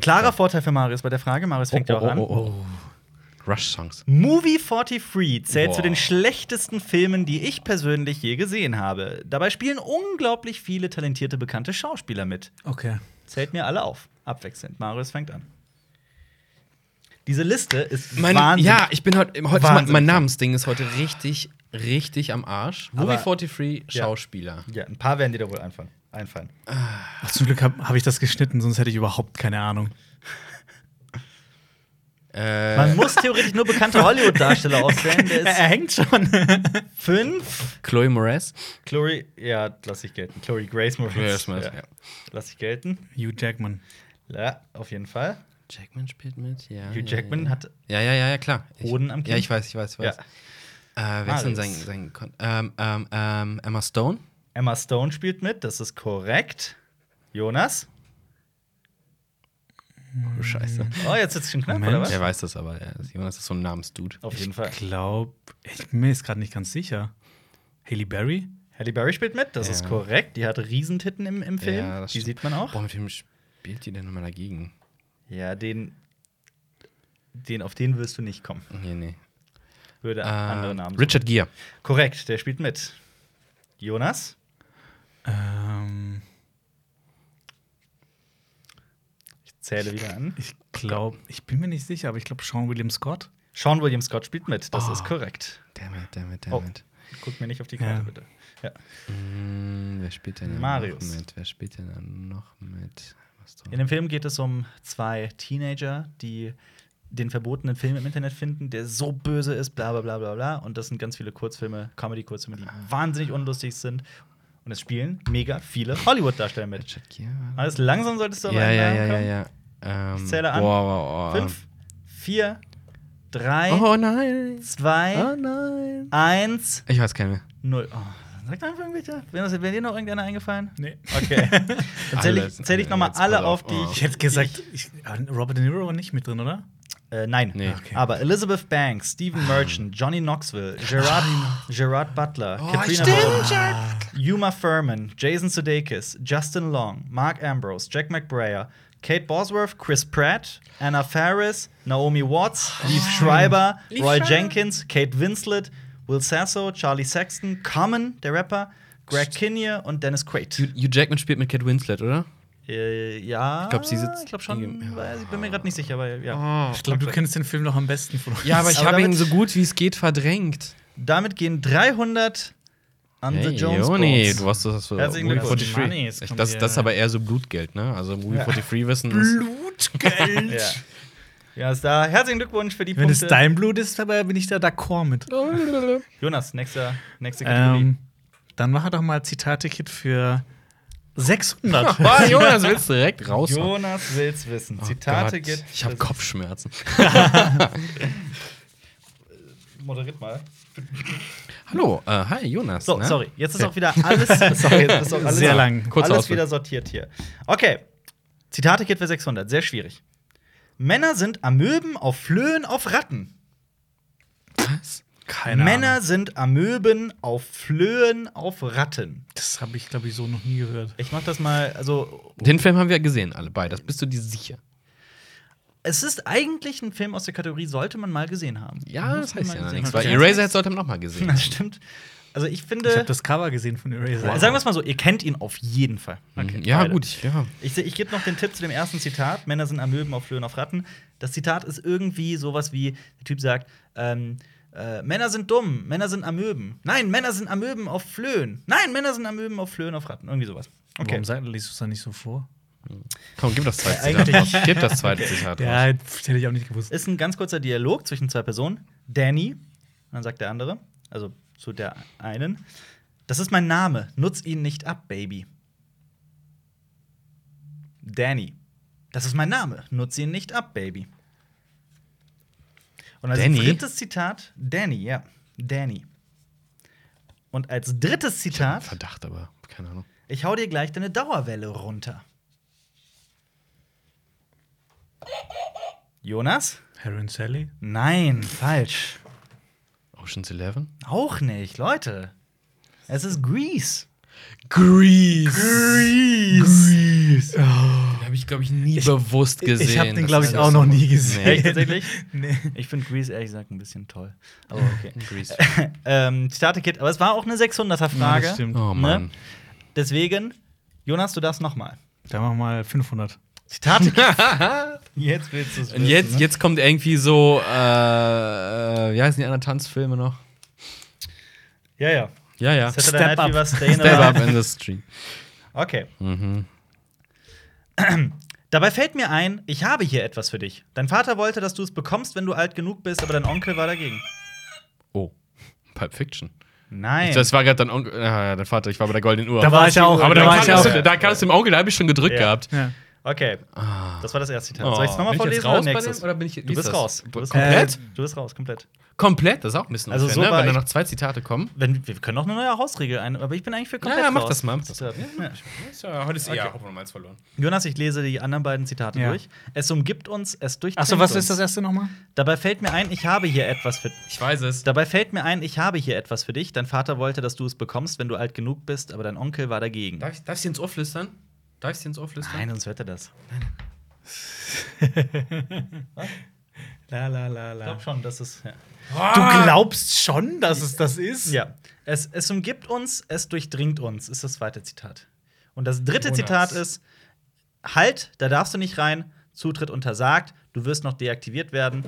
S1: Klarer Vorteil für Marius bei der Frage. Marius
S2: Oh,
S1: fängt ja auch an. oh.
S2: Rush-Songs.
S1: Movie 43 zählt
S2: Boah.
S1: zu den schlechtesten Filmen, die ich persönlich je gesehen habe. Dabei spielen unglaublich viele talentierte, bekannte Schauspieler mit.
S3: Okay.
S1: Zählt mir alle auf. Abwechselnd. Marius fängt an. Diese Liste ist
S2: Mein,
S1: wahnsinnig.
S2: ja, ich bin heute. heute ist mein,
S1: Wahnsinn.
S2: mein Namensding ist heute richtig, richtig am Arsch.
S1: Aber-
S2: Movie 43, Schauspieler.
S1: ja, ein paar werden dir da wohl einfallen. einfallen.
S3: Ach, zum Glück habe hab ich das geschnitten, sonst hätte ich überhaupt keine Ahnung.
S2: Äh,
S1: Man muss theoretisch nur bekannte Hollywood-Darsteller auswählen. Der
S3: Er,
S1: ist
S3: er hängt schon.
S1: fünf.
S2: Chloe Moretz.
S1: Chloe, ja, lass ich gelten. Chloe Grace Moritz.
S2: ja.
S1: Lass ich gelten.
S3: Hugh Jackman.
S1: Ja, auf jeden Fall.
S2: Jackman spielt mit, ja.
S1: Hugh
S2: ja,
S1: Jackman
S2: ja.
S1: hat
S2: Ja, ja, ja, ja, klar. Ich-
S1: Hoden am Kinn.
S2: Ja, ich weiß, ich weiß, ich weiß.
S1: Ja.
S2: Äh, wer ist denn sein.
S1: Marius.
S2: sein Kon ähm, ähm, ähm, Emma Stone?
S1: Emma Stone spielt mit, das ist korrekt. Jonas?
S2: Oh, Scheiße.
S1: Oh, jetzt sitzt schon knapp, oder
S3: Moment.
S1: was?
S2: Der weiß das aber. äh, Jonas ist so ein Namensdude.
S1: Auf jeden Fall.
S3: Ich glaube, ich mir ist gerade nicht ganz sicher. Haley Berry?
S1: Halle Berry spielt mit, das
S2: Ja.
S1: ist korrekt. Die hat Riesentitten im, im Film.
S2: Ja, das
S1: die
S2: stimmt.
S1: sieht man auch.
S2: Boah, mit wem spielt die denn nochmal dagegen?
S1: Ja, den, den, auf den wirst du nicht kommen.
S2: Nee, nee.
S1: Würde
S2: Äh,
S1: andere Namen sein.
S2: Richard Gere.
S1: Korrekt, der spielt mit. Jonas?
S3: Ähm,
S1: Ich zähle wieder an.
S3: ich glaube, ich bin mir nicht sicher, aber ich glaube Sean William Scott.
S1: Sean William Scott spielt mit, das
S2: Oh.
S1: ist korrekt.
S2: Damn it, damn it,
S1: Oh.
S2: damn it.
S1: Guck mir nicht auf die Karte,
S3: Ja.
S1: bitte. Ja.
S2: Mm, wer spielt denn da
S1: Marius.
S2: noch mit? Wer spielt denn da noch mit? Was
S1: In dem Film geht es um zwei Teenager, die den verbotenen Film im Internet finden, der so böse ist, bla bla bla bla bla. Und das sind ganz viele Kurzfilme, Comedy-Kurzfilme,
S2: Ah.
S1: die wahnsinnig unlustig sind. Und es spielen mega viele Hollywood-Darsteller mit.
S2: Richard Gere?
S1: Alles langsam solltest du aber
S2: Ja,
S1: einen
S2: ja,
S1: Namen
S2: ja, ja,
S1: kommen.
S2: ja. Ähm,
S1: Ich zähle an.
S2: Boah, boah, boah.
S1: Fünf, vier, drei,
S2: Oh nein.
S1: zwei,
S2: Oh nein.
S1: eins,
S2: Ich weiß keine mehr.
S1: null. Oh. Sagt einfach irgendwelche. Wäre wär dir noch irgendeiner eingefallen?
S3: Nee.
S1: Okay. Dann zähle ich,
S2: Alle.
S1: zähl ich nochmal
S2: Jetzt pass
S1: alle
S2: auf.
S1: auf, die
S2: Oh.
S3: Ich
S1: ich.
S3: hätte gesagt, ich, äh, Robert De Niro war nicht mit drin, oder?
S1: Äh, nein.
S2: Nee.
S3: Okay.
S1: Aber Elizabeth Banks, Stephen Merchant, Johnny Knoxville,
S2: Ah.
S1: Gerard, Gerard Butler,
S2: Oh,
S1: Katrina Bowles,
S2: Ah.
S1: Uma Furman, Jason Sudeikis, Justin Long, Mark Ambrose, Jack McBrayer, Kate Bosworth, Chris Pratt, Anna Faris, Naomi Watts,
S2: Oh,
S1: Liev Schreiber, Roy Jenkins, Kate Winslet, Will Sasso, Charlie Sexton, Common, der Rapper, Greg Kinnear und Dennis Quaid.
S2: Hugh Hugh Jackman spielt mit Cat Winslet, oder?
S1: Äh, ja.
S2: Ich glaub, sie sitzt
S1: Ich glaube schon.
S2: irgendwie-
S1: weiß Ich bin mir gerade nicht sicher, aber ja.
S2: Oh.
S3: Ich glaube, du kennst den Film noch am besten von uns.
S2: Ja, aber ich
S1: Aber
S2: habe ihn
S1: damit-
S2: so gut wie es geht verdrängt.
S1: Damit gehen 300 an The Jones Boards.
S2: du hast das so.
S1: Herzlichen
S2: Movie
S1: Glückwunsch.
S2: 43.
S3: Mann, jetzt
S2: Echt,
S3: kommt
S2: das,
S3: hier-
S2: das ist aber eher so Blutgeld, ne? Also Movie
S1: Ja.
S2: 43 wissen ist.
S3: Blutgeld.
S1: Ja. Ja, ist da. Herzlichen Glückwunsch für die
S3: Wenn es
S1: Punkte.
S3: dein Blut ist, dabei bin ich da d'accord mit.
S1: Jonas, nächster, nächste Kategorie.
S3: Ähm, dann mach doch mal Zitatticket für 600.
S2: Boah, Jonas, willst du direkt raus?
S1: Jonas will's wissen.
S2: Oh
S1: Zitate also
S2: Gott.
S1: gibt.
S2: Ich habe Kopfschmerzen.
S1: Moderiert mal.
S2: Hallo, äh, hi Jonas.
S1: So,
S2: ne?
S1: sorry. Jetzt ist auch wieder alles, sorry, jetzt ist auch alles
S3: Sehr lang.
S1: Kurz
S2: Kurzer
S1: alles
S2: Ausblick.
S1: wieder sortiert hier. Okay. Zitate geht für 600. Sehr schwierig. Männer sind Amöben auf Flöhen auf Ratten.
S2: Was?
S3: Keine
S1: Männer
S3: Ahnung.
S1: sind Amöben auf Flöhen auf Ratten.
S3: Das habe ich, glaube ich, so noch nie gehört.
S1: Ich mach das mal, also
S2: Den Film haben wir gesehen, alle beide. Das bist du dir sicher.
S1: es ist eigentlich ein Film aus der Kategorie sollte man mal gesehen haben.
S2: Ja,
S1: Muss
S2: das
S1: man
S2: heißt
S1: mal
S2: ja noch
S1: gesehen haben.
S2: nichts. Weil
S1: Das
S2: Eraserhead sollte man auch mal gesehen. Mhm.
S1: Das stimmt. Also ich finde
S3: Ich habe das Cover gesehen von Eraser.
S1: Sagen wir es mal so, ihr kennt ihn auf jeden Fall.
S2: Mhm. ja,
S1: beide.
S2: gut, ich, ja.
S1: Ich, se- ich gebe noch den Tipp zu dem ersten Zitat: Männer sind Amöben auf Flöhen auf Ratten. Das Zitat ist irgendwie sowas wie: der Typ sagt, ähm, äh, Männer sind dumm, Männer sind Amöben. Nein, Männer sind Amöben auf Flöhen. Nein, Männer sind Amöben auf Flöhen auf Ratten. Irgendwie sowas. Okay.
S3: Warum sag, liest du es dann nicht so vor?
S2: Komm, gib das zweite
S1: Eigentlich-
S2: Zitat raus. Gib das zweite Zitat raus.
S3: das hätte ich auch nicht gewusst.
S1: Ist ein ganz kurzer Dialog zwischen zwei Personen. Danny, und dann sagt der andere, also zu der einen: Das ist mein Name, nutz ihn nicht ab, Baby. Danny, das ist mein Name, nutz ihn nicht ab, Baby. Und als
S2: Danny?
S1: drittes Zitat, Danny, ja, Danny. Und als drittes Zitat,
S2: Verdacht, aber keine Ahnung.
S1: ich hau dir gleich deine Dauerwelle runter. Jonas?
S3: Harry und Sally?
S1: Nein, falsch.
S2: Ocean's Eleven?
S1: Auch nicht, Leute. Es ist Grease.
S2: Grease!
S1: Grease.
S2: Den habe ich, glaube ich, nie bewusst gesehen.
S3: Ich habe den,
S2: Das
S3: glaube ich,
S2: ist
S3: auch
S2: so-
S3: noch nie gesehen.
S1: Echt tatsächlich?
S3: Nee.
S1: Ich finde Grease ehrlich gesagt ein bisschen toll. Aber okay.
S2: Grease.
S1: ähm, Starter Kit, aber es war auch eine 600er
S3: Ja,
S1: Frage.
S3: das stimmt.
S2: Oh
S1: Ne?
S2: Mann.
S1: Deswegen, Jonas, du darfst nochmal.
S3: Dann machen wir mal 500.
S1: Zitate. jetzt willst du ne? es.
S2: Und jetzt, jetzt kommt irgendwie so, äh, äh, wie heißen die anderen Tanzfilme noch?
S1: Ja, ja.
S2: Ja, ja.
S1: Saturday Night
S3: Step Up.
S1: Fever, halt Stay in
S2: Step
S1: Alive.
S2: Up in the Street.
S1: Okay.
S2: Mhm.
S1: Dabei fällt mir ein, ich habe hier etwas für dich. Dein Vater wollte, dass du es bekommst, wenn du alt genug bist, aber dein Onkel war dagegen.
S2: Oh, Pulp Fiction.
S1: Nein.
S2: Das war gerade dein Onkel, ah, dein Vater, ich war bei der Goldenen Uhr.
S3: Da war ich ja auch.
S2: aber da,
S3: da war
S2: kam
S3: ich ja
S2: das,
S3: auch.
S2: da kam es dem Onkel, da habe ich schon gedrückt
S1: Ja.
S2: gehabt.
S3: Ja.
S1: Okay,
S2: Ah.
S1: das war das erste Zitat.
S2: Oh.
S1: Soll ich es nochmal
S2: Bin ich jetzt
S1: vorlesen oder
S2: raus bei
S1: nächstes?
S2: dem, oder bin ich- wie
S1: du
S2: ist
S1: bist
S2: das?
S1: raus. Du bist
S3: Komplett?
S1: raus. Du bist raus, komplett.
S2: Komplett, das ist auch ein bisschen
S1: Also
S2: unfair,
S1: so
S2: ne?
S1: war
S2: Wenn da
S1: ich-
S2: noch zwei Zitate kommen.
S1: Wenn, wir können auch eine neue Hausregel ein, aber ich bin eigentlich für komplett
S2: Ja, mach
S1: raus.
S2: das mal.
S1: Zitat. Ja.
S2: heute ist
S1: eh- ja,
S2: hoffen wir mal verloren.
S1: Jonas, ich lese die anderen beiden Zitate
S3: Ja.
S1: durch. Es umgibt uns, es durchdringt
S3: Achso, was
S1: uns.
S3: ist das erste nochmal?
S1: Dabei fällt mir ein, ich habe hier etwas für
S2: Ich weiß es.
S1: Dabei fällt mir ein, ich habe hier etwas für dich. Dein Vater wollte, dass du es bekommst, wenn du alt genug bist, aber dein Onkel war dagegen.
S2: Darf ich, darf ich dir ins Ohr flüstern? Darf ich dir ins Ohr flüstern?
S1: Nein, sonst hört er das.
S3: La, la, la,
S1: Ich glaube schon, das ist. Ja.
S3: Du glaubst schon, dass es das ist?
S1: ja. Es, es umgibt uns, es durchdringt uns, ist das zweite Zitat. Und das dritte
S2: Jonas.
S1: Zitat ist: Halt, da darfst du nicht rein, Zutritt untersagt, du wirst noch deaktiviert werden.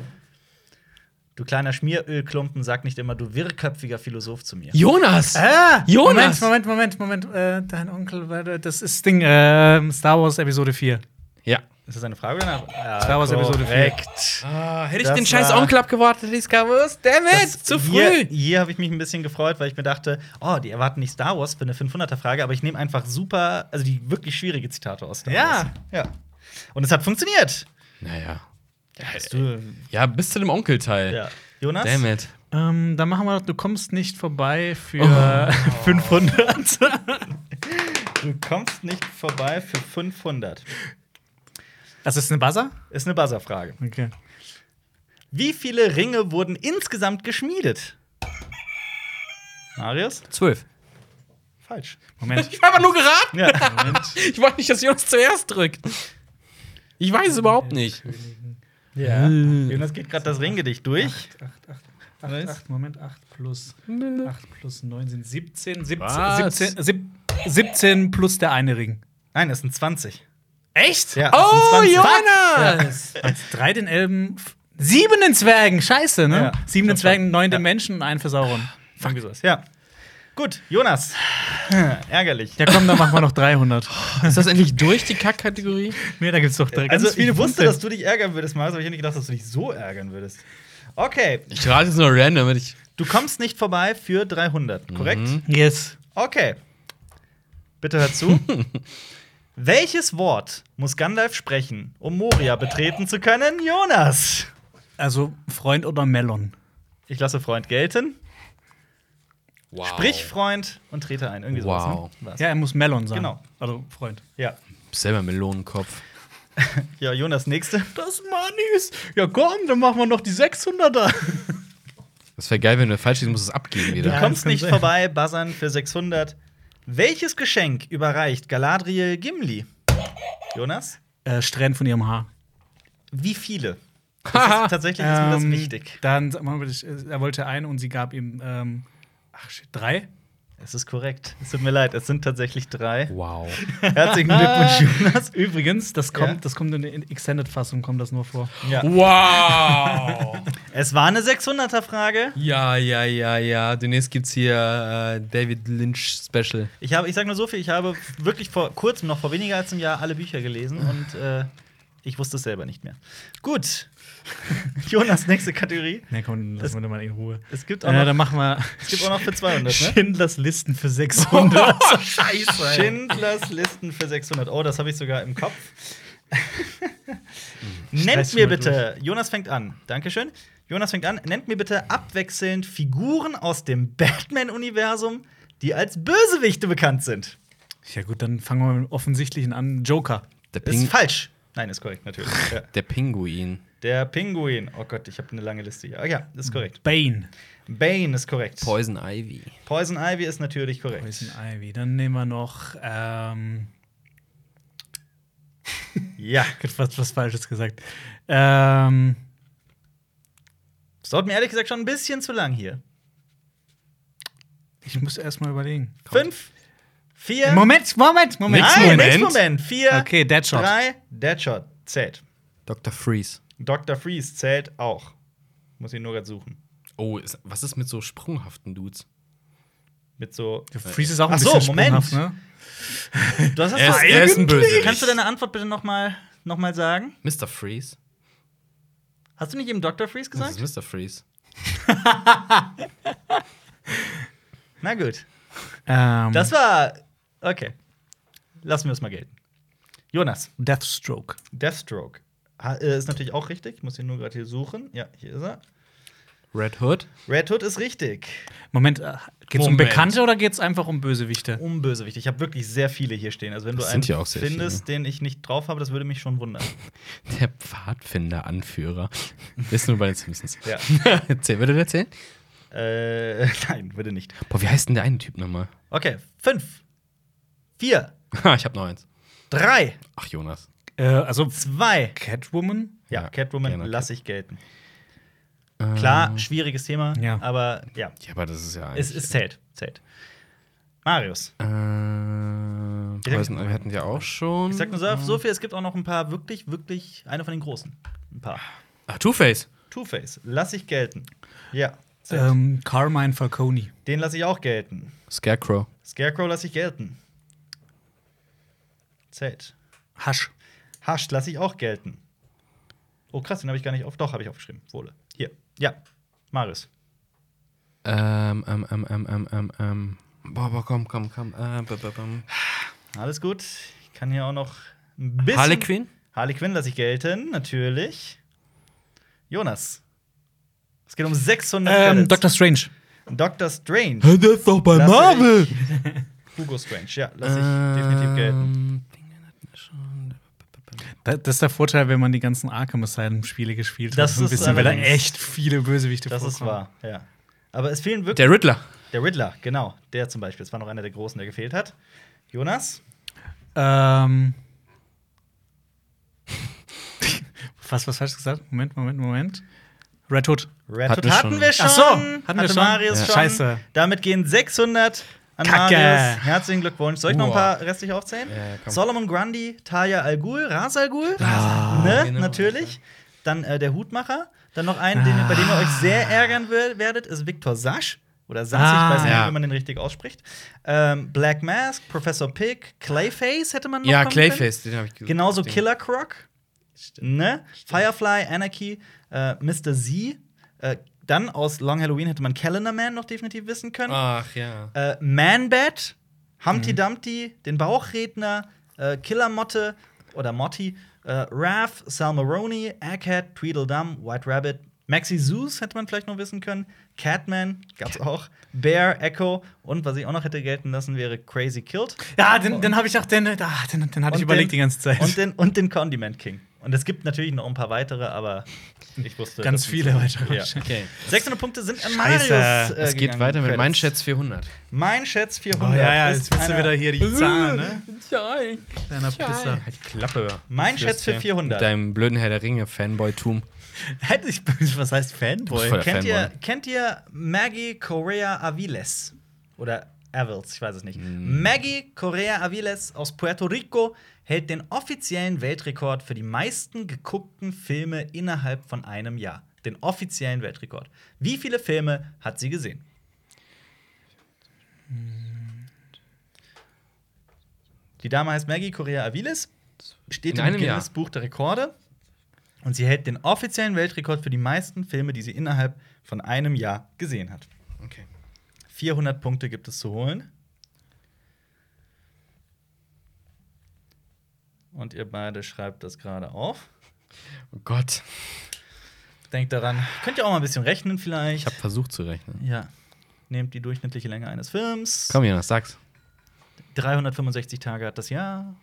S1: Du kleiner Schmierölklumpen, sag nicht immer, du wirrköpfiger Philosoph zu mir.
S2: Jonas!
S3: Ah,
S2: Jonas!
S3: Moment, Moment, Moment, Moment. Äh, dein Onkel, war- das ist Ding, ähm, Star Wars Episode 4.
S2: Ja.
S1: Ist das eine Frage oder eine? Ja,
S3: Star Wars Episode 4.
S1: korrekt.
S2: Ah, hätte ich
S1: Das
S2: den scheiß
S1: war-
S2: Onkel abgewartet, hätte ich es gewusst. Damn it!
S1: Das-
S2: zu früh!
S1: Hier, hier habe ich mich ein bisschen gefreut, weil ich mir dachte, oh, die erwarten nicht Star Wars für eine 500er-Frage, aber ich nehme einfach super, also die wirklich schwierige Zitate aus Star Wars.
S3: Ja.
S1: Ja. Und es hat funktioniert.
S2: Naja.
S1: Hast du,
S2: Ja, bis zu dem Onkelteil.
S1: ja. Jonas?
S2: Damn it.
S3: Ähm, dann machen wir noch, du kommst nicht vorbei für
S1: Oh.
S3: 500.
S1: Du kommst nicht vorbei für 500.
S3: Das ist eine Buzzer?
S1: Ist eine Buzzer-Frage.
S3: Okay.
S1: Wie viele Ringe wurden insgesamt geschmiedet? Marius?
S2: Zwölf.
S1: Falsch.
S3: Moment.
S2: Ich habe nur geraten.
S1: Ja.
S2: Ich wollte nicht, dass Jonas zuerst drückt. Ich weiß es überhaupt nicht.
S1: ja. Jonas geht gerade das Ringgedicht durch.
S3: 8, 8, Moment, 8 plus 8 plus 9 sind 17. 17,
S2: Was?
S3: 17, sieb- 17 plus der eine Ring.
S1: Nein, es sind 20.
S3: Echt?
S1: Ja, es sind
S2: Oh,
S1: 20.
S2: Jonas!
S3: Als drei den Elben, f- sieben den Zwergen, scheiße, ne?
S1: Ja.
S3: Sieben den
S1: Schon, schon.
S3: Zwergen, neun
S1: Ja. Ah.
S3: den Menschen und einen für Sauron.
S1: Fuck. Sowas. Ja. Gut, Jonas. Ärgerlich.
S3: Ja, komm, dann machen wir noch 300.
S2: Ist das endlich durch die Kackkategorie?
S3: Nee, da gibt's doch drei- ganz
S1: Also, ich wusste,
S3: Punkte.
S1: dass du dich ärgern würdest, Marius, aber ich hätte nicht gedacht, dass du dich so ärgern würdest. Okay,
S2: Ich rate jetzt nur random, damit ich.
S1: du kommst nicht vorbei für 300, korrekt?
S3: Yes.
S1: Okay. Bitte hör zu. Welches Wort muss Gandalf sprechen, um Moria betreten zu können? Jonas!
S3: Also Freund oder Melon.
S1: Ich lasse Freund gelten.
S2: Wow.
S1: Sprich Freund und trete ein. Irgendwie
S2: Wow.
S1: sowas. Ne? War's.
S3: Ja, er muss Melon sein.
S1: Genau.
S3: Also Freund.
S1: Ja.
S2: Selber Melonenkopf.
S1: ja, Jonas, nächste.
S3: Das Manis. Ja, komm, dann machen wir noch die 600er.
S2: Das wäre geil, wenn du falsch liegst, musst du es abgeben
S1: Du
S2: wieder.
S3: Ja, das
S1: kommst
S3: kann
S1: nicht
S3: sein.
S1: vorbei, buzzern für 600. Welches Geschenk überreicht Galadriel Gimli? Jonas?
S3: Äh, Strähnen von ihrem Haar.
S1: Wie viele? Das ist, tatsächlich ist mir das
S3: Ähm,
S1: wichtig.
S3: Dann, sag mal, äh, er wollte eine und sie gab ihm, ähm, ach shit, drei?
S1: Es ist korrekt. Es tut mir leid, es sind tatsächlich drei.
S2: Wow.
S1: Herzlichen
S3: Äh.
S1: Glückwunsch, Jonas.
S3: Übrigens, das kommt,
S1: Ja.
S3: das kommt in der Extended-Fassung, kommt das nur vor.
S1: Ja.
S2: Wow!
S1: Es war eine 600er-Frage.
S2: ja, ja, ja, ja. Demnächst gibt's hier äh, David Lynch Special.
S1: Ich, habe, ich sage nur so viel, ich habe wirklich vor kurzem, noch vor weniger als einem Jahr, alle Bücher gelesen und äh, ich wusste es selber nicht mehr. Gut. Jonas, nächste Kategorie.
S3: Na komm, lassen wir den mal in Ruhe.
S1: Es gibt auch,
S3: Äh, dann
S1: noch,
S3: machen wir
S1: es gibt auch noch für 200, ne?
S3: Schindlers Listen für 600.
S2: Scheiße!
S1: Schindlers Listen für 600. Oh, das habe ich sogar im Kopf.
S3: Stress
S1: nennt mir
S3: mal
S1: bitte, Jonas fängt an. Dankeschön. Jonas fängt an. Nennt mir bitte abwechselnd Figuren aus dem Batman-Universum, die als Bösewichte bekannt sind.
S3: ja gut, dann fangen wir mit dem Offensichtlichen an. Joker.
S2: Der
S1: Ist
S2: Ping
S1: falsch. Nein, ist korrekt, natürlich. Ja.
S2: Der Pinguin.
S1: Der Pinguin. Oh Gott, ich habe eine lange Liste hier. Ah, ja, ist korrekt.
S3: Bane.
S1: Bane ist korrekt.
S2: Poison Ivy.
S1: Poison Ivy ist natürlich korrekt.
S3: Poison Ivy. Dann nehmen wir noch. Ähm,
S1: Ja.
S3: ich hab fast was Falsches gesagt. Ähm,
S1: Es dauert mir ehrlich gesagt schon ein bisschen zu lang hier.
S3: ich muss erst mal überlegen.
S1: Fünf, vier.
S3: Moment, Moment, Moment.
S1: Nein,
S3: Moment.
S1: Moment. Moment. Vier,
S3: Okay, Deadshot.
S1: drei. Deadshot zählt.
S2: Dr. Freeze.
S1: Dr. Freeze zählt auch. Muss ihn nur grad suchen.
S2: Oh, ist, was ist mit so sprunghaften Dudes?
S1: Mit so.
S3: Der Freeze ist auch ein
S1: Ach so,
S3: bisschen
S1: Moment.
S3: sprunghaft, ne?
S1: Du hast das
S2: Er ist-
S1: doch
S2: er ist ein
S1: eigentlich.
S2: Bösewicht.
S1: Kannst du deine Antwort bitte nochmal noch mal sagen?
S2: Mr. Freeze.
S1: Hast du nicht eben Dr. Freeze
S2: Das
S1: gesagt?
S2: ist Mr. Freeze.
S1: Na gut.
S3: Ähm,
S1: Das war. Okay. Lassen wir es mal gelten. Jonas,
S3: Deathstroke.
S1: Deathstroke. Ha, äh, ist natürlich auch richtig. Muss ihn nur gerade hier suchen. Ja, hier ist er.
S2: Red Hood.
S1: Red Hood ist richtig.
S3: Moment, äh, geht's um
S2: Moment.
S3: Bekannte oder geht's einfach um Bösewichte?
S1: Um Bösewicht. Ich habe wirklich sehr viele hier stehen. Also, wenn
S2: Das
S1: du einen
S2: sind ja auch sehr
S1: findest, den ich nicht drauf habe, das würde mich schon wundern.
S2: Der Pfadfinder-Anführer. Ist nur bei den Simpsons.
S1: Ja.
S2: Erzähl, würde der erzählen?
S1: äh, nein, würde nicht.
S2: Boah, wie heißt denn der eine Typ nochmal?
S1: Okay, fünf, vier,
S2: Ha, ich hab noch eins.
S1: drei,
S2: Ach, Jonas.
S3: Äh, also
S1: zwei.
S3: Catwoman?
S1: Ja,
S2: Ja,
S1: Catwoman
S2: gerne.
S1: lasse ich gelten.
S2: Ähm,
S1: Klar, schwieriges Thema,
S3: Ja.
S1: aber ja,
S2: Ja, aber das ist ja
S1: es,
S2: eigentlich.
S1: es zählt, zählt. Marius,
S2: äh,
S1: Ich sag-
S2: Poison Ivy hatten wir auch schon.
S1: ich sag nur so, so viel, es gibt auch noch ein paar wirklich, wirklich, eine von den großen. Ein paar.
S2: Ah, Two-Face.
S1: Two-Face, lasse ich gelten. Ja, zählt.
S3: Ähm, Carmine Falcone.
S1: den lasse ich auch gelten.
S2: Scarecrow.
S1: Scarecrow lasse ich gelten. Zählt.
S3: Hasch.
S1: Hascht lasse ich auch gelten. Oh krass, den habe ich gar nicht auf. Doch, habe ich aufgeschrieben. Wohle. Hier. Ja. Marius.
S2: Ähm, ähm, ähm, ähm, ähm, ähm, ähm. Boah, boah, komm, komm, komm. Äh, b -b -b
S1: Alles gut. Ich kann hier auch noch ein bisschen.
S2: Harley Quinn?
S1: Harley Quinn lasse ich gelten, natürlich. Jonas. Es geht um 600
S3: Ähm,
S1: Credits.
S3: Doctor Strange.
S1: Dr. Strange.
S2: Der ist doch bei
S1: Lasse ich- Hugo Strange, ja, lasse ich definitiv gelten.
S2: Ähm, Ding hatten wir schon.
S3: Da- Das ist der Vorteil, wenn man die ganzen Arkham Asylum-Spiele gespielt hat.
S1: Das
S3: ein
S1: ist
S3: bisschen, weil da
S1: allerdings-
S3: echt viele Bösewichte
S1: Das ist
S3: vorkommen.
S1: wahr, ja. Aber es fehlen wirklich.
S2: Der Riddler.
S1: Der Riddler, genau. Der zum Beispiel. Das war noch einer der großen, der gefehlt hat. Jonas?
S3: Ähm. Fast was falsch gesagt? Moment, Moment, Moment. Red Hood.
S1: Red
S2: Hatten
S1: Hood
S2: wir
S1: hatten
S2: schon.
S1: wir schon.
S3: Ach so, hatten
S1: hatte
S3: wir schon?
S1: Marius
S3: Ja.
S1: schon.
S3: Scheiße.
S1: Damit gehen 600 an
S3: Kacke.
S1: Marius. Herzlichen Glückwunsch. Soll ich noch ein
S2: Uah.
S1: paar restlich aufzählen?
S2: Ja, komm.
S1: Solomon Grundy, Taya Al Ghul, Ras Al Ghul, ne,
S2: genau.
S1: natürlich. Dann äh, der Hutmacher. Dann noch einen,
S2: Ah.
S1: den, bei dem ihr euch sehr ärgern wer- werdet, ist Viktor Sasch. Oder Sasch,
S3: Ah.
S1: ich weiß nicht,
S2: Ja.
S1: wie man den richtig ausspricht. Ähm, Black Mask, Professor Pig, Clayface hätte man noch
S2: Ja,
S1: kommen können.
S2: Clayface, den habe ich gesehen.
S1: Genauso Killer Croc, ne? Firefly, Anarchy, äh, Mr. Z. Äh, dann aus Long Halloween hätte man Calendar Man noch definitiv wissen
S3: Ah.
S1: können.
S2: Ach ja.
S1: Äh, Man Bat,
S3: Mhm.
S1: Humpty Dumpty, den Bauchredner, äh, Killer Motte oder Motti, äh, Raph, Salmaroni, Egghead, Tweedledum, White Rabbit, Maxi Zeus hätte man vielleicht noch wissen können, Catman gab's auch, Bear, Echo und was ich auch noch hätte gelten lassen wäre Crazy Killed.
S3: Ja, den, den habe ich auch, den, ah, den, den hatte
S1: Und
S3: ich überlegt
S1: den-
S3: die ganze Zeit.
S1: Und den, und den Condiment King. Und es gibt natürlich noch ein paar weitere, aber ich wusste.
S3: Ganz
S1: das
S3: viele
S1: nicht.
S3: weitere.
S1: Ja.
S2: Okay.
S1: 600 Punkte sind an Marius.
S3: Scheiße.
S1: Äh,
S2: Es geht
S1: gegangen.
S2: weiter mit
S1: Credits.
S2: Mein Schätz 400.
S1: Mein Schätz 400.
S3: Oh ja, ja,
S1: ist
S3: jetzt willst du
S1: einer-
S3: wieder hier die Zahlen, ne? Kleiner Pisser.
S2: Halt die Klappe.
S1: Mein Schätz für 400.
S2: Mit deinem blöden Herr der Ringe Fanboy-Tum.
S3: Hätte ich, was heißt Fanboy?
S2: Voll der
S1: Kennt ihr,
S2: Fanboy.
S1: kennt ihr Maggie Correa Aviles? Oder Avils, ich weiß es nicht.
S2: Hm.
S1: Maggie Correa Aviles aus Puerto Rico hält den offiziellen Weltrekord für die meisten geguckten Filme innerhalb von einem Jahr. Den offiziellen Weltrekord. Wie viele Filme hat sie gesehen? Die Dame heißt Maggie Correa Aviles, steht
S2: In
S1: im
S2: einem Jahr.
S1: Guinness Buch der Rekorde. Und sie hält den offiziellen Weltrekord für die meisten Filme, die sie innerhalb von einem Jahr gesehen hat.
S2: Okay.
S1: 400 Punkte gibt es zu holen. Und ihr beide schreibt das gerade auf.
S2: Oh Gott.
S1: Denkt daran, könnt ihr auch mal ein bisschen rechnen
S2: Ich
S1: vielleicht.
S2: habe versucht zu rechnen.
S1: ja. Nehmt die durchschnittliche Länge eines Films.
S2: Komm, Jonas, sag's.
S1: 365 Tage hat das Jahr.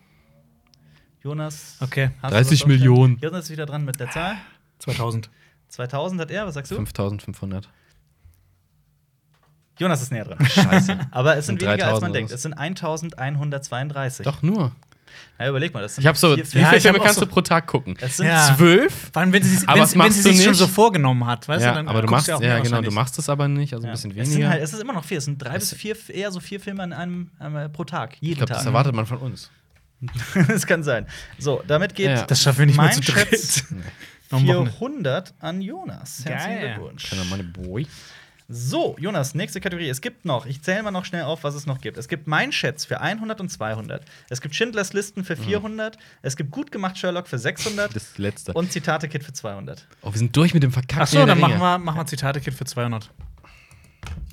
S1: Jonas.
S3: Okay.
S1: hast du was
S2: 30
S1: aufstellen?
S2: Millionen.
S1: Jonas ist wieder dran mit der Zahl.
S3: 2000.
S1: 2000 hat er, was sagst du?
S2: 5500.
S1: Jonas ist näher dran.
S2: Scheiße.
S1: Aber es sind
S2: Sind
S1: weniger, als
S2: 3000 oder
S1: man denkt.
S2: was?
S1: Es sind 1132.
S2: Doch nur.
S1: Ja, überleg mal, das sind
S2: Ich habe so, wie
S1: vier,
S2: viele
S1: vier,
S3: ich hab
S2: Filme
S3: auch
S2: kannst
S3: so-
S2: du pro Tag gucken?
S1: es sind
S3: Ja.
S2: Zwölf?
S3: Vor allem, wenn sie, sich-
S2: Aber
S3: wenn,
S2: das
S3: sie- wenn
S2: machst
S3: sie
S2: du
S3: sich schon
S2: nicht.
S3: so vorgenommen hat, weißt
S2: Ja,
S3: du? Dann
S2: aber du
S3: guckst
S2: machst,
S3: auch
S2: ja
S3: mehr
S2: genau, du
S3: wahrscheinlich.
S2: machst es aber nicht, also ein bisschen
S1: Es, sind
S2: weniger.
S1: halt, es ist immer noch viel. Es sind drei bis vier, eher so vier Filme an einem, ähm, pro Tag. Jeden
S2: ich glaube, das
S1: Tag.
S2: erwartet man von uns.
S1: das kann sein. So, damit geht
S2: Ja.
S3: Das schaffen wir nicht mehr
S1: mein
S3: zu dritt.
S1: Schätz
S3: Am Wochenende.
S1: 400 an Jonas. Herzlichen
S3: Geil.
S1: Glückwunsch.
S2: Keine meine Boy.
S1: So, Jonas, nächste Kategorie. Es gibt noch, ich zähle mal noch schnell auf, was es noch gibt. Es gibt Mein Schätz für 100 und 200. Es gibt Schindlers Listen
S2: Mhm.
S1: für 400. Es gibt Gut gemacht Sherlock für 600.
S2: Das letzte.
S1: und Zitate-Kit für 200.
S2: Oh, wir sind durch mit dem verkackten
S3: Ach so,
S2: Herr
S3: dann
S2: der
S3: machen
S2: Ringe.
S3: wir, machen wir Zitate-Kit für 200.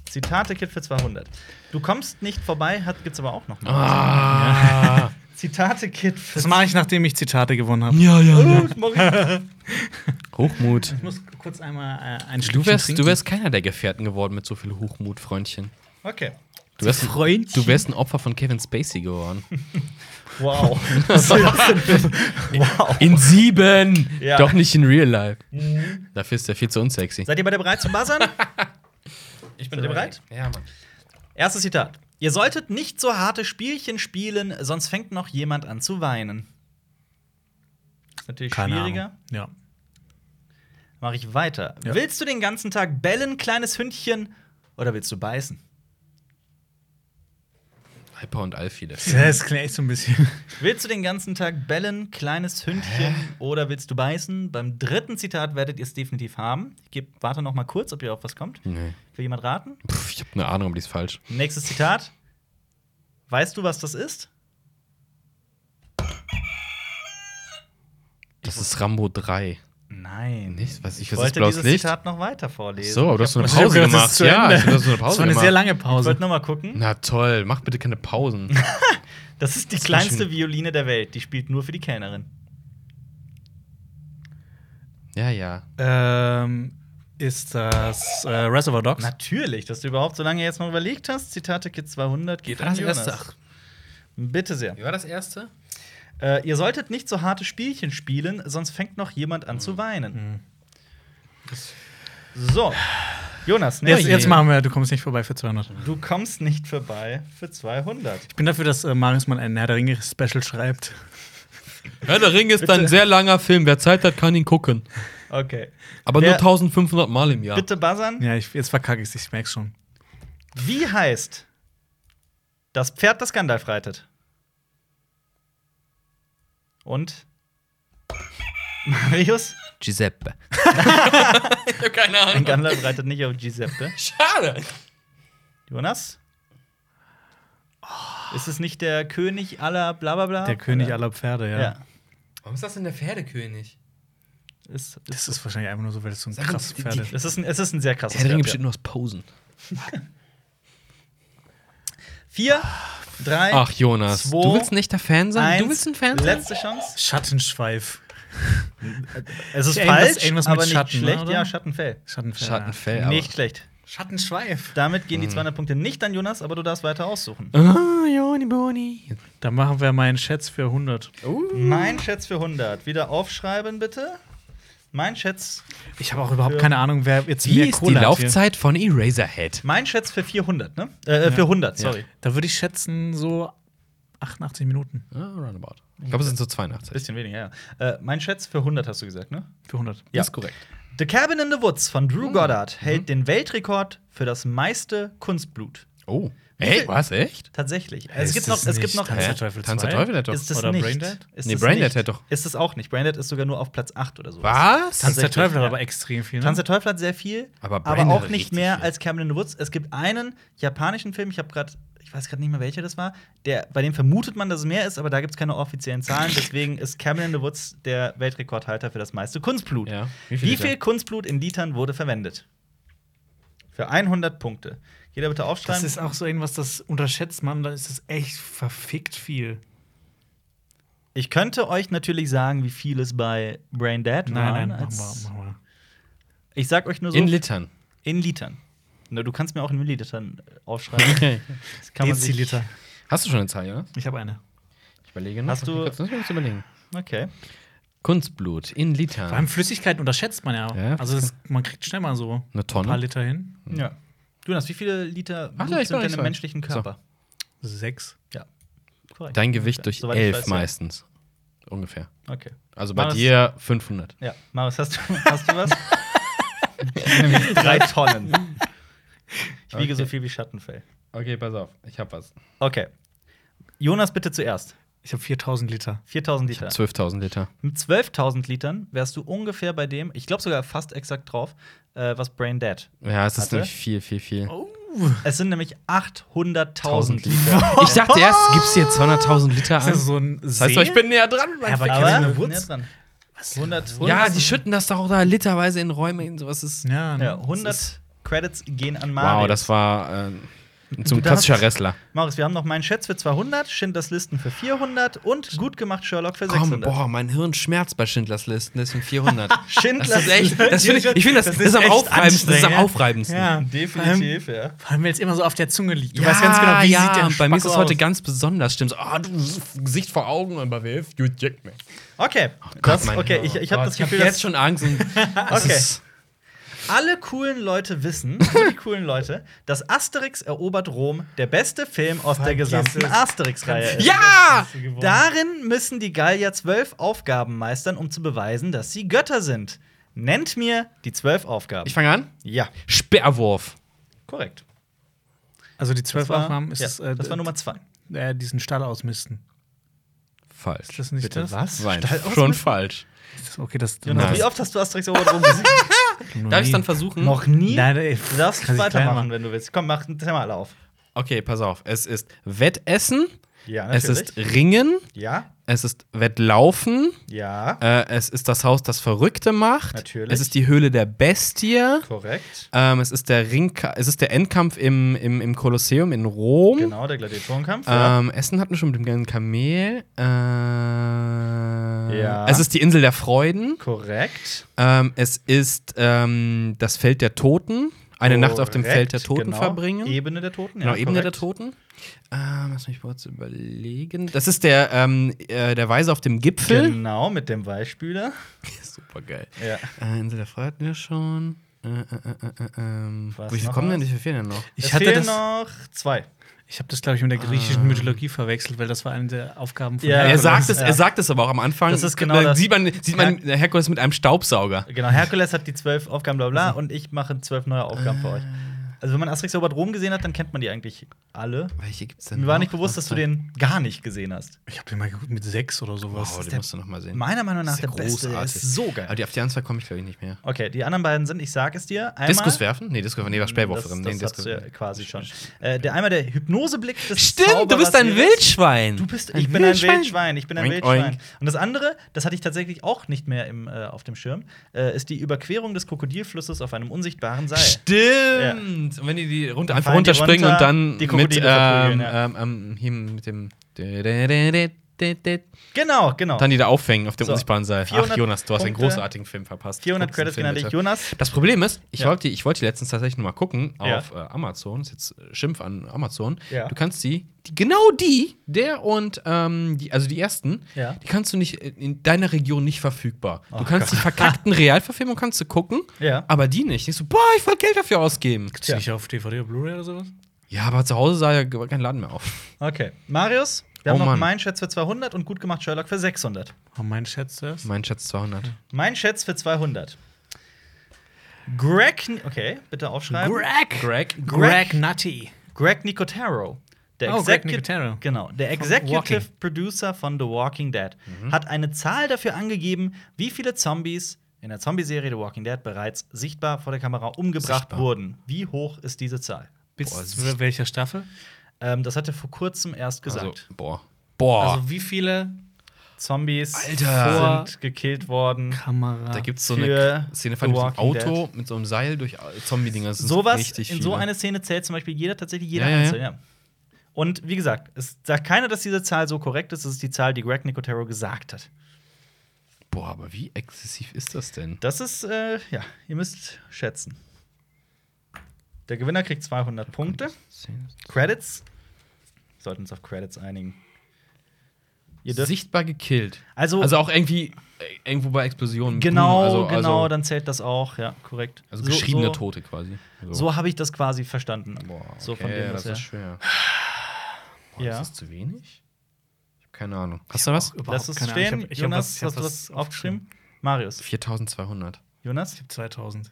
S1: Zitate-Kit für 200. Du kommst nicht vorbei, hat, gibt's aber auch noch mal.
S2: Ah.
S1: Zitate-Kit für
S3: Das mache ich, nachdem ich Zitate gewonnen habe.
S2: ja, ja,
S1: Oh, das mach ich.
S2: Hochmut.
S3: Ich muss kurz einmal äh, ein
S2: Du wärst, du wärst keiner der Gefährten geworden mit so viel Hochmut, Freundchen.
S1: Okay.
S2: Du wärst, ein-
S3: Freundchen.
S2: du wärst ein Opfer von Kevin Spacey geworden.
S1: Wow. Was soll das denn für- wow.
S2: In sieben!
S1: Ja.
S2: Doch nicht in real life.
S3: Mhm.
S2: Dafür ist er viel zu unsexy.
S1: Seid ihr beide bereit zum Buzzern?
S2: Ich
S1: bin Seid ihr bereit?
S2: Ja, Mann.
S1: Erstes Zitat. Ihr solltet nicht so harte Spielchen spielen, sonst fängt noch jemand an zu weinen. Ist natürlich schwieriger.
S3: Ahnung. Ja.
S1: Mache ich weiter.
S3: Ja.
S1: Willst du den ganzen Tag bellen, kleines Hündchen, oder willst du beißen?
S2: Alpa und Alfie. das-
S3: Das klingt echt so ein bisschen.
S1: Willst du den ganzen Tag bellen, kleines Hündchen, oder willst du beißen? Beim dritten Zitat werdet ihr es definitiv haben. Ich geb, warte noch mal kurz, ob ihr auf was kommt.
S2: Nee.
S1: Will jemand raten?
S2: Pff, ich habe eine Ahnung, aber die ist falsch.
S1: Nächstes Zitat. Weißt du, was das ist?
S2: Das ist Rambo 3.
S1: Nein.
S2: Nicht? Weiß ich,
S1: Ich
S2: was ist
S1: wollte
S2: blaues
S1: dieses
S2: Licht?
S1: Zitat noch weiter vorlesen.
S2: So, aber du hast so eine
S3: Ich hab
S2: Pause
S3: gehört, das
S2: gemacht.
S3: ist zu
S2: Ja,
S3: Ende.
S2: ich hab- du hast so eine Pause
S3: Das war eine
S2: gemacht.
S3: sehr lange
S1: ich
S3: Pause.
S1: wollte noch mal gucken.
S2: Na toll, mach bitte keine Pausen.
S1: Das ist die
S2: war
S1: kleinste
S2: schön.
S1: Violine der Welt. Die spielt nur für die Kellnerin.
S2: ja, ja.
S3: Ähm, ist das äh, Reservoir Dogs?
S1: Natürlich, dass du überhaupt so lange jetzt noch überlegt hast. Zitate Kit 200 geht an Jonas. Bitte sehr.
S2: Wie war das erste?
S1: Äh, ihr solltet nicht so harte Spielchen spielen, sonst fängt noch jemand an zu weinen. So, Jonas, ne?
S3: jetzt, jetzt machen wir, du kommst nicht vorbei für 200.
S1: du kommst nicht vorbei für 200.
S3: Ich bin dafür, dass äh, Marius mal ein Herr der Ringe Special schreibt.
S2: Herr der Ring ist ein sehr langer Film. Wer Zeit hat, kann ihn gucken.
S1: Okay.
S2: Aber
S1: Wer-
S2: nur 1500 Mal im Jahr.
S1: Bitte buzzern.
S3: Ja, ich, jetzt verkacke ich ich merk's schon.
S1: Wie heißt das Pferd, das Gandalf reitet? Und? Marius?
S2: Giuseppe. ich hab keine Ahnung.
S1: Gandalf reitet nicht auf Giuseppe.
S2: Schade.
S1: Jonas? Ist es nicht der König aller Blablabla?
S3: Der König aller Pferde, ja.
S1: Ah, Ja.
S2: Warum ist das denn der Pferdekönig?
S1: Ist, ist,
S3: Das ist wahrscheinlich einfach nur so, weil das so ein
S2: Sag mal,
S3: krasses
S2: die-
S3: Pferd ist.
S1: es, ist ein, es ist ein sehr krasses
S2: Herr der
S1: Pferd,
S2: Ring besteht nur aus Posen.
S1: ja. Vier, drei,
S2: Ach, Jonas.
S1: Zwei,
S2: du willst ein echter Fan sein?
S1: eins,
S2: du willst ein Fan sein?
S1: Letzte Chance.
S3: Schattenschweif.
S1: Es ist
S3: Irgendwas-
S1: falsch,
S3: irgendwas mit
S1: aber nicht
S3: Schatten,
S1: schlecht.
S3: oder?
S1: Ja, Schattenfell.
S3: Schattenfell.
S2: Schattenfell. aber-
S1: Nicht schlecht.
S3: Schattenschweif.
S1: Damit
S3: Hm.
S1: gehen die 200 Punkte nicht an Jonas, aber du darfst weiter aussuchen.
S2: Ah, Joni Boni.
S3: Dann machen wir meinen Schätz für 100.
S1: Mein Schätz für 100. Wieder aufschreiben, bitte. Mein Schätz,
S3: Ich habe auch überhaupt
S1: Für-
S3: keine Ahnung, wer jetzt
S2: Wie
S3: mehr
S2: ist die
S3: Kohle hat. hier.
S2: Laufzeit von Eraserhead?
S1: mein Schätz für 400, ne? Äh, äh, für 100, sorry.
S3: Da würde ich schätzen, so 88 Minuten
S2: Ah, roundabout. Ich glaube, es sind so 82.
S1: Bisschen weniger, ja. Äh, mein Schätz für 100 hast du gesagt, ne?
S3: für 100.
S1: Ja.
S2: Ist korrekt.
S1: The Cabin in the Woods von Drew Goddard hält den Weltrekord für das meiste Kunstblut.
S2: Oh. Ey,
S1: viel-
S2: was? Echt?
S1: Tatsächlich. Also
S3: Ist
S1: es gibt noch,
S3: es
S1: es gibt
S3: nicht
S1: noch,
S3: Tanz der
S2: Hä?
S3: Teufel
S2: Tanz der
S3: 2?
S2: Teufel hat doch.
S1: ist es
S3: Oder
S1: nicht.
S3: Braindead?
S1: Ist
S2: Nee,
S1: es
S2: Braindead
S1: nicht.
S2: hätte doch-
S1: Ist es auch nicht. Braindead ist sogar nur auf Platz 8 oder so.
S2: Was?
S3: Tanz der
S1: Tatsächlich,
S3: Teufel
S1: ja.
S3: hat aber extrem viel.
S1: Tanz
S3: Ne?
S1: der Teufel hat sehr viel,
S2: Aber
S1: aber
S2: Braindead
S1: auch
S2: hat
S1: nicht
S2: richtig
S1: mehr
S2: viel.
S1: als Cabin in the Woods. Es gibt einen japanischen Film, ich habe gerade, ich weiß gerade nicht mehr welcher das war, der, bei dem vermutet man, dass es mehr ist, aber da gibt es keine offiziellen Zahlen. Deswegen ist Cabin in the Woods der Weltrekordhalter für das meiste Kunstblut.
S2: Ja.
S1: Wie viel, Kunstblut in Litern wurde verwendet? Für 100 Punkte. Jeder bitte aufschreiben.
S3: Das ist auch so irgendwas, das unterschätzt man, da ist das echt verfickt viel.
S1: ich könnte euch natürlich sagen, wie viel es bei Brain Dead war.
S3: Nein, nein, machen
S1: als-
S3: wir, machen
S1: Ich sag euch nur so
S2: In Litern.
S1: in Litern. Na, du kannst mir auch in Millilitern äh, aufschreiben. Das
S3: wir.
S1: kann man sich-
S3: Deziliter.
S2: Hast du schon eine Zahl, ja?
S3: Ich habe eine.
S2: Ich überlege noch.
S1: Hast du-
S2: Ich muss überlegen.
S1: Okay.
S2: Kunstblut in Litern.
S5: Vor allem Flüssigkeiten unterschätzt man ja.
S2: Ja. Mhm.
S5: Also das, man kriegt schnell mal so
S2: Eine
S5: ein paar
S2: Tonne.
S5: Liter hin.
S1: Ja. Jonas, wie viele Liter
S2: Ach,
S1: Blut
S2: ja, ich
S1: sind
S2: war-
S1: denn
S2: ich
S1: im
S2: war-
S1: menschlichen
S2: so.
S1: Körper?
S5: Sechs.
S1: Korrekt.
S2: Dein Gewicht durch
S1: Soweit ich
S2: elf
S1: weiß, ja.
S2: meistens. Ungefähr.
S1: Okay.
S2: Also bei
S1: War das-
S2: dir 500.
S1: Ja. Marius, hast du, hast du was? Nämlich drei Tonnen. Ich wiege so viel wie Schattenfell.
S2: Okay, pass auf. Ich hab was.
S1: Okay. Jonas, bitte zuerst.
S5: Ich habe 4000 Liter.
S1: 4000 Liter.
S2: 12.000 Liter.
S1: Mit 12.000 Litern wärst du ungefähr bei dem, ich glaube sogar fast exakt drauf, äh, was Brain Dead.
S2: Ja, es ist
S1: Hatte?
S2: nämlich viel, viel, viel.
S1: Es sind nämlich 800.000
S2: 1000
S1: Liter.
S2: Ich dachte erst, gibst dir 200.000 Liter
S5: Ist das
S2: an.
S5: Also so ein See?
S2: Das heißt, doch, ich bin näher dran.
S5: Ja, aber
S1: Aber
S5: Kevin
S1: wir sind jetzt
S5: Woods?
S1: dran. 100, 100,
S2: Ja, die schütten das doch da literweise in Räume in sowas. Ist
S5: Ja, ne?
S1: ja,
S5: das ist-
S1: 100 Credits gehen an Marius.
S2: wow, das war äh, so ein
S1: Du darfst-
S2: klassischer Wrestler.
S1: Marius, wir haben noch meinen Schätz für 200, Schindlers Listen für 400 und gut gemacht Sherlock für
S2: Komm,
S1: 600.
S2: boah, mein Hirn schmerzt bei Schindlers Listen, deswegen 400.
S1: Schindlers
S2: Das ist echt, das find ich, ich finde das, das, ist am
S1: echt
S2: aufreibendsten. Das ist am
S1: anstrengend.
S2: aufreibendsten.
S5: Ja,
S1: Definitiv, ja.
S5: Vor allem, weil es immer so auf der Zunge liegt. Du
S2: Ja,
S5: weißt ganz genau, wie
S2: ja,
S5: sieht der
S2: und Bei mir ist es
S5: Spacko
S2: heute
S5: aus.
S2: ganz besonders, stimmt. So, ah, du Gesicht vor Augen und bei WF, you jack me.
S1: Okay,
S2: Oh
S1: das, okay, ich, ich habe das Gefühl,
S2: ich hab
S1: dass
S2: jetzt schon Angst. Und das
S1: Okay.
S2: ist-
S1: alle coolen Leute wissen, nur die coolen Leute, dass Asterix erobert Rom der beste Film aus der gesamten Asterix-Reihe ist.
S2: ja!
S1: Darin müssen die Gallier zwölf Aufgaben meistern, um zu beweisen, dass sie Götter sind. Nennt mir die zwölf Aufgaben.
S2: Ich fange an.
S1: ja,
S2: Speerwurf.
S1: korrekt.
S5: Also die 12
S1: war-
S5: Aufnahmen ist
S1: ja,
S5: es, äh,
S1: das war Nummer zwei.
S5: äh, diesen Stall ausmisten. Ist
S2: Falsch.
S5: das nicht das?
S1: was?
S2: Nein,
S1: Stahl aus-
S2: schon falsch.
S5: Okay, das
S3: Genau.
S1: Jonas,
S2: Nein.
S1: Genau. Wie oft hast du Asterix erobert Rom gesehen?
S2: Darf ich es dann versuchen?
S1: Noch nie?
S5: Nein, ey,
S1: Du darfst
S5: kann ich gleich
S1: weitermachen,
S5: machen.
S1: wenn du willst. Komm, mach den Timer alle auf.
S2: Okay, pass auf. Es ist Wettessen,
S1: Ja,
S2: es ist Ringen,
S1: ja,
S2: es ist Wettlaufen,
S1: ja,
S2: äh, es ist das Haus, das Verrückte macht.
S1: Natürlich.
S2: Es ist die Höhle der Bestie.
S1: korrekt.
S2: Ähm, es ist der Ring, es ist der Endkampf im, im, im Kolosseum in Rom.
S1: Genau, der Gladiatorenkampf. ja.
S2: Ähm, Essen hatten wir schon mit dem gelben Kamel. Äh,
S1: Ja.
S2: Es ist die Insel der Freuden.
S1: Korrekt.
S2: Ähm, es ist ähm, das Feld der Toten. Eine Nacht auf dem
S1: Korrekt,
S2: Feld der Toten
S1: genau.
S2: verbringen.
S1: Ebene der Toten,
S2: genau, Ebene der
S1: korrekt.
S2: Toten. Ähm, lass mich kurz überlegen. Das ist der, ähm, äh, der Weise auf dem Gipfel.
S1: Genau, mit dem Weichspüler.
S2: Super geil.
S1: Ja.
S2: Äh, Insel der Freuden hatten wir schon. Äh, äh, äh, äh, ähm,
S1: Was
S2: wie viel
S1: noch
S2: kommen denn?
S1: was?
S2: Wie viel fehlen denn noch?
S5: Ich
S1: es
S5: hatte
S1: fehlen
S5: das-
S1: noch zwei.
S5: Ich habe das, glaube ich, mit der griechischen Mythologie verwechselt, weil das war eine der Aufgaben von
S1: Ja,
S2: Er
S5: Herkules.
S2: sagt, es,
S1: ja.
S2: er sagt es aber auch am Anfang.
S1: Das ist genau
S2: da
S1: das.
S2: Sieht man, sieht man Herkules mit einem Staubsauger.
S1: Genau, Herkules hat die zwölf Aufgaben, bla
S2: Also
S1: bla, und ich mache zwölf neue Aufgaben für euch.
S2: Äh.
S1: Also, wenn man Asterix erobert Rom gesehen hat, dann kennt man die eigentlich alle.
S2: Welche gibt's denn?
S1: Mir war nicht
S2: noch?
S1: bewusst,
S2: Was
S1: dass du
S2: war-
S1: den gar nicht gesehen hast.
S5: Ich habe den mal geguckt mit sechs oder sowas. Das
S2: Wow,
S5: ist
S2: den
S5: der-
S2: musst du noch mal sehen.
S1: Meiner Meinung nach
S2: Ist ja
S1: der beste. Der
S2: großartig. Also
S1: ist so
S2: Aber
S1: geil.
S2: die, auf die Anzahl komme ich, glaube ich, nicht mehr.
S1: Okay, die anderen beiden sind, ich sag es dir, einmal.
S2: Diskus werfen? Nee, Diskus werfen. Nee, war Spähwurf
S1: Das,
S2: drin.
S1: das
S2: Nee,
S1: hast
S2: Diskus
S1: du ja quasi schon. Äh, der einmal der Hypnoseblick des
S2: Stimmt, du
S1: Zauberers
S2: bist ein
S1: Erik.
S2: Wildschwein.
S1: Du bist, ich bin ein Wildschwein, ich bin ein
S2: Oink,
S1: Wildschwein.
S2: oink.
S1: Und das andere, das hatte ich tatsächlich auch nicht mehr im, äh, auf dem Schirm, äh, ist die Überquerung des Krokodilflusses auf einem unsichtbaren Seil.
S2: Stimmt. Und wenn die, die runter, einfach
S1: fallen die
S2: runterspringen
S1: runter,
S2: und dann
S1: die
S2: mit,
S1: Krokodile verprügeln,
S2: ähm,
S1: ja.
S2: ähm, ähm, hier mit dem. Dann
S1: Genau, genau.
S2: die da aufhängen auf dem
S1: So.
S2: unsichtbaren Seil. Ach,
S1: 400
S2: Jonas, du hast einen
S1: Punkte.
S2: großartigen Film verpasst.
S1: 400
S2: Guck diesen
S1: Credits
S2: Film
S1: genannt.
S2: bitte.
S1: Jonas,
S2: Das Problem ist, ich,
S1: Ja.
S2: wollte, ich wollte die letztens tatsächlich nur mal gucken
S1: Ja.
S2: auf äh, Amazon. Ist jetzt äh, Schimpf an Amazon.
S1: Ja.
S2: Du kannst die, die, genau die, der und ähm, die, also die ersten,
S1: Ja. Oh
S2: die kannst du nicht äh, in deiner Region nicht verfügbar. du kannst die verkackten Realverfilmungen kannst du gucken,
S1: Ja.
S2: aber die nicht. Denkst du, boah, ich wollte Geld dafür ausgeben.
S5: Ist nicht auf DVD oder Blu-ray oder sowas?
S2: Ja, aber zu Hause sah ja kein Laden mehr auf.
S1: okay. Marius, wir
S2: Oh,
S1: haben noch
S2: Mann.
S1: meinen Schätz für 200 und gut gemacht Sherlock für 600.
S5: Oh, mein Schätz das.
S2: Mein Schatz 200.
S1: Mein Schätz für 200. Greg, Ni- okay, bitte aufschreiben.
S5: Greg!
S2: Greg.
S5: Greg Nutty.
S1: Greg Nicotero. Der
S5: Oh, Greg
S1: Execu-
S5: Nicotero.
S1: Genau, der
S5: Von
S1: Executive
S5: Walking.
S1: Producer von The Walking Dead hat eine Zahl dafür angegeben, wie viele Zombies in der Zombie-Serie The Walking Dead bereits sichtbar vor der Kamera umgebracht
S2: Sichtbar.
S1: wurden. Wie hoch ist diese Zahl?
S5: Bis
S2: Boah,
S5: zu welcher Staffel?
S1: Ähm, das hat er vor kurzem erst gesagt.
S2: Also, boah. Boah.
S5: Also wie viele
S1: Zombies
S2: Alter.
S1: sind gekillt worden.
S5: Kamera?
S2: da gibt es so
S1: Für
S2: eine Szene von
S1: The
S2: dem
S1: Walking
S2: Auto mit so einem Seil durch äh, Zombie-Dinger. Das sind
S1: Sowas,
S2: richtig
S1: in so
S2: viele.
S1: eine Szene zählt zum Beispiel jeder tatsächlich jeder
S2: Ja, ja, ja.
S1: Einzelne. Ja. Und wie gesagt, es sagt keiner, dass diese Zahl so korrekt ist. Es ist die Zahl, die Greg Nicotero gesagt hat.
S2: Boah, aber wie exzessiv ist das denn?
S1: Das ist, äh, ja, ihr müsst schätzen. Der Gewinner kriegt 200 Punkte. Credits. Wir sollten uns auf Credits einigen. Ihr dürft-
S2: Sichtbar gekillt.
S1: Also-
S2: also auch irgendwie äh, irgendwo bei Explosionen.
S1: Genau,
S2: Also-
S1: genau,
S2: Also,
S1: dann zählt das auch, ja, korrekt.
S2: also
S1: So-
S2: geschriebene
S1: so,
S2: Tote quasi. Also,
S1: So habe ich das quasi verstanden.
S2: Boah, okay,
S1: so von dem, was
S2: das
S1: er-
S2: ist schwer. Boah,
S1: Ja.
S2: Ist das zu wenig? Ich habe keine Ahnung.
S5: Hast du was?
S1: Lass es stehen. Jonas, hast du was aufgeschrieben? Marius.
S2: 4200.
S1: Jonas?
S5: 2000.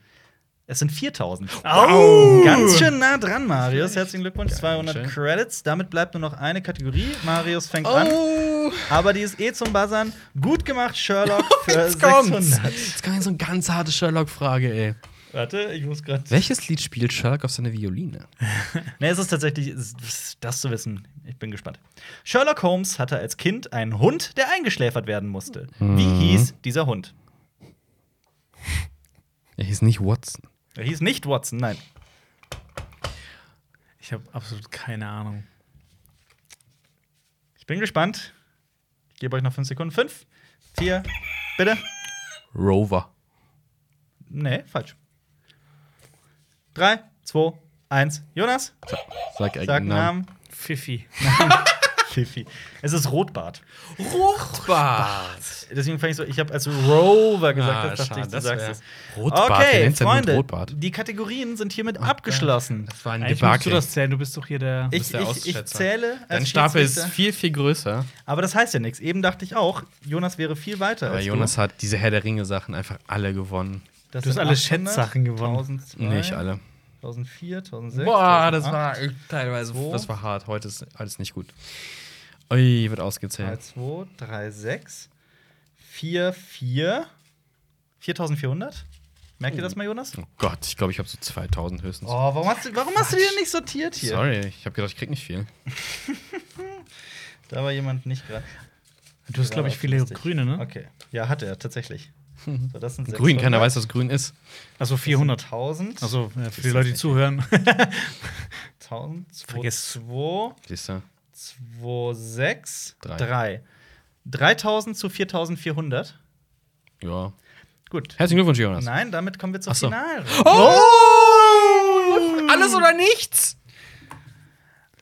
S1: Es sind 4000.
S5: Au!
S1: Ganz schön nah dran, Marius. Herzlichen Glückwunsch. 200
S2: schön.
S1: Credits. Damit bleibt nur noch eine Kategorie. Marius
S2: Oh,
S1: fängt an. Aber die ist eh zum Buzzern. Gut gemacht, Sherlock, für
S2: Jetzt kommt's.
S1: 600.
S2: Jetzt kommt so eine ganz harte Sherlock-Frage, ey.
S1: Warte, ich muss gerade.
S2: Welches Lied spielt Sherlock auf seiner Violine?
S1: Ne, es ist tatsächlich, es- es- das zu wissen, ich bin gespannt. Sherlock Holmes hatte als Kind einen Hund, der eingeschläfert werden musste. Wie
S2: Mhm.
S1: hieß dieser Hund?
S2: Er hieß nicht Watson.
S1: Er hieß nicht Watson, nein.
S5: Ich habe absolut keine Ahnung.
S1: Ich bin gespannt. Ich gebe euch noch 5 Sekunden. 5, 4, bitte.
S2: Rover.
S1: Nee, falsch. 3, 2, 1. Jonas,
S2: Sa- Sag
S1: sag einen
S2: irgendeinen Namen.
S1: Namen.
S5: Fifi.
S1: Fifi. Es ist Rotbart.
S2: Rotbart.
S1: Deswegen fand ich so, ich habe als du Rover gesagt,
S2: Ah,
S1: hast, dachte
S2: schade,
S1: ich, du
S2: das
S1: sagst
S2: wär-
S1: es.
S2: Rotbart, wer
S1: okay,
S2: nennt's denn nun
S1: Freunde,
S2: Rotbart? Oh,
S1: die Kategorien sind hiermit abgeschlossen.
S2: Das war ein
S5: Eigentlich musst du
S2: Debakel.
S5: das zählen, du bist doch hier der.
S1: Ich,
S2: bist der
S1: ich, ich
S2: Ausschätzer.
S1: zähle. als
S2: Dein Stapel ist
S1: Schiedsrichter.
S2: viel, viel größer.
S1: Aber das heißt ja nichts. Eben dachte ich auch, Jonas wäre viel weiter.
S2: Aber
S1: als
S2: Jonas
S1: du.
S2: hat diese Herr der Ringe-Sachen einfach alle gewonnen.
S1: Das
S5: Du hast
S1: sind
S5: alle
S1: 800,
S5: Schätzsachen gewonnen.
S1: 1002,
S2: Nicht alle.
S1: 1004, 1006.
S2: Boah, das
S1: 1008,
S2: war teilweise
S1: Zwei.
S2: das war hart. Heute ist alles nicht gut. Ui, wird ausgezählt.
S1: 3, 2, 3, 6, 4, 4. 4400? Merkt ihr das mal, Jonas?
S2: Oh Gott, ich glaube, ich habe so 2000 höchstens.
S1: Oh, warum hast du, warum hast du die denn nicht sortiert hier?
S2: Sorry, ich habe gedacht, ich krieg nicht viel.
S1: Da war jemand nicht gerade.
S5: Du hast, glaube ich, viele Grüne, ne?
S1: Okay. Ja, hat er, tatsächlich. So, das sind
S2: Hm? Grün, keiner
S1: 600.
S2: weiß, was grün ist.
S5: Also 400.
S1: 1000.
S5: Also äh, für die Leute, die zuhören.
S1: 1000, 2,
S5: Vergiss.
S1: 2,
S2: Siehst du?
S1: 2, 6,
S2: Drei.
S1: 3. 3000 zu 4400.
S2: Ja.
S1: Gut.
S2: Herzlichen Glückwunsch, Jonas.
S1: Nein, damit kommen wir zur
S2: Ach so.
S1: Finale.
S2: Oh! Alles oder nichts?